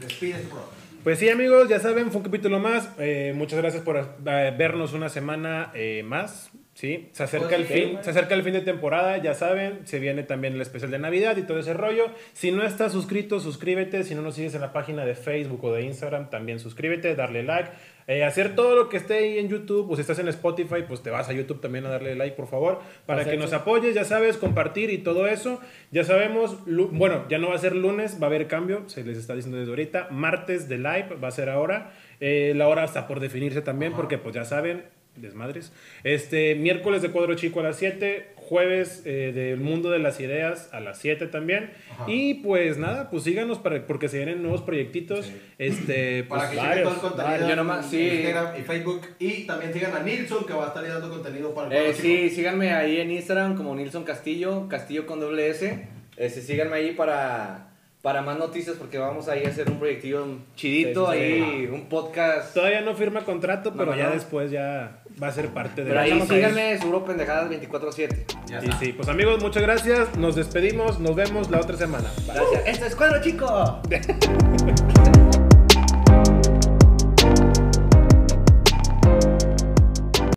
[SPEAKER 3] Despide tu programa.
[SPEAKER 1] Pues sí, amigos, ya saben, fue un capítulo más. Eh, muchas gracias por eh, vernos una semana eh, más. Sí, se acerca
[SPEAKER 3] Pues
[SPEAKER 1] el
[SPEAKER 3] sí,
[SPEAKER 1] fin,
[SPEAKER 3] güey.
[SPEAKER 1] se acerca el fin de temporada, ya saben, se viene también el especial de Navidad y todo ese rollo. Si no estás suscrito, suscríbete. Si no nos sigues en la página de Facebook o de Instagram, también suscríbete, darle like, Eh, hacer todo lo que esté ahí en YouTube. Pues si estás en Spotify, pues te vas a YouTube también a darle like, por favor, para que
[SPEAKER 4] Perfecto.
[SPEAKER 1] nos apoyes, ya sabes, compartir y todo eso. Ya sabemos, lu- bueno, ya no va a ser lunes, va a haber cambio, se les está diciendo desde ahorita. Martes de live va a ser ahora. Eh, la hora está por definirse también, porque pues ya saben, desmadres. Este, miércoles de cuadro chico a las 7, jueves eh, del mundo de las ideas a las 7 también.
[SPEAKER 3] Ajá.
[SPEAKER 1] Y pues nada, pues síganos para, porque se vienen nuevos proyectitos.
[SPEAKER 3] Sí.
[SPEAKER 1] Este, pues,
[SPEAKER 3] Para que chequen
[SPEAKER 1] varios.
[SPEAKER 3] todo el contenido
[SPEAKER 2] varios. Yo nomás- sí.
[SPEAKER 3] en Instagram y Facebook. Y también sigan a Nilsson, que va a estar ahí dando contenido para el
[SPEAKER 2] Eh,
[SPEAKER 3] pueblo,
[SPEAKER 2] sí, síganme ahí en Instagram como Nilson Castillo, Castillo con doble S. Este, síganme ahí para, para más noticias porque vamos ahí a hacer un proyectillo chidito,
[SPEAKER 4] Sí, sí, sí.
[SPEAKER 2] ahí un podcast.
[SPEAKER 1] Todavía no firma contrato, pero
[SPEAKER 2] no,
[SPEAKER 1] ya
[SPEAKER 2] no.
[SPEAKER 1] después ya va a ser parte de
[SPEAKER 2] Pero ahí
[SPEAKER 1] Vamos a ir.
[SPEAKER 2] síganme, seguro pendejadas 24-7.
[SPEAKER 3] Ya
[SPEAKER 1] Y
[SPEAKER 3] está.
[SPEAKER 1] sí, pues amigos, muchas gracias. Nos despedimos. Nos vemos la otra semana. Bye.
[SPEAKER 2] Gracias. Esto es Cuadro Chico.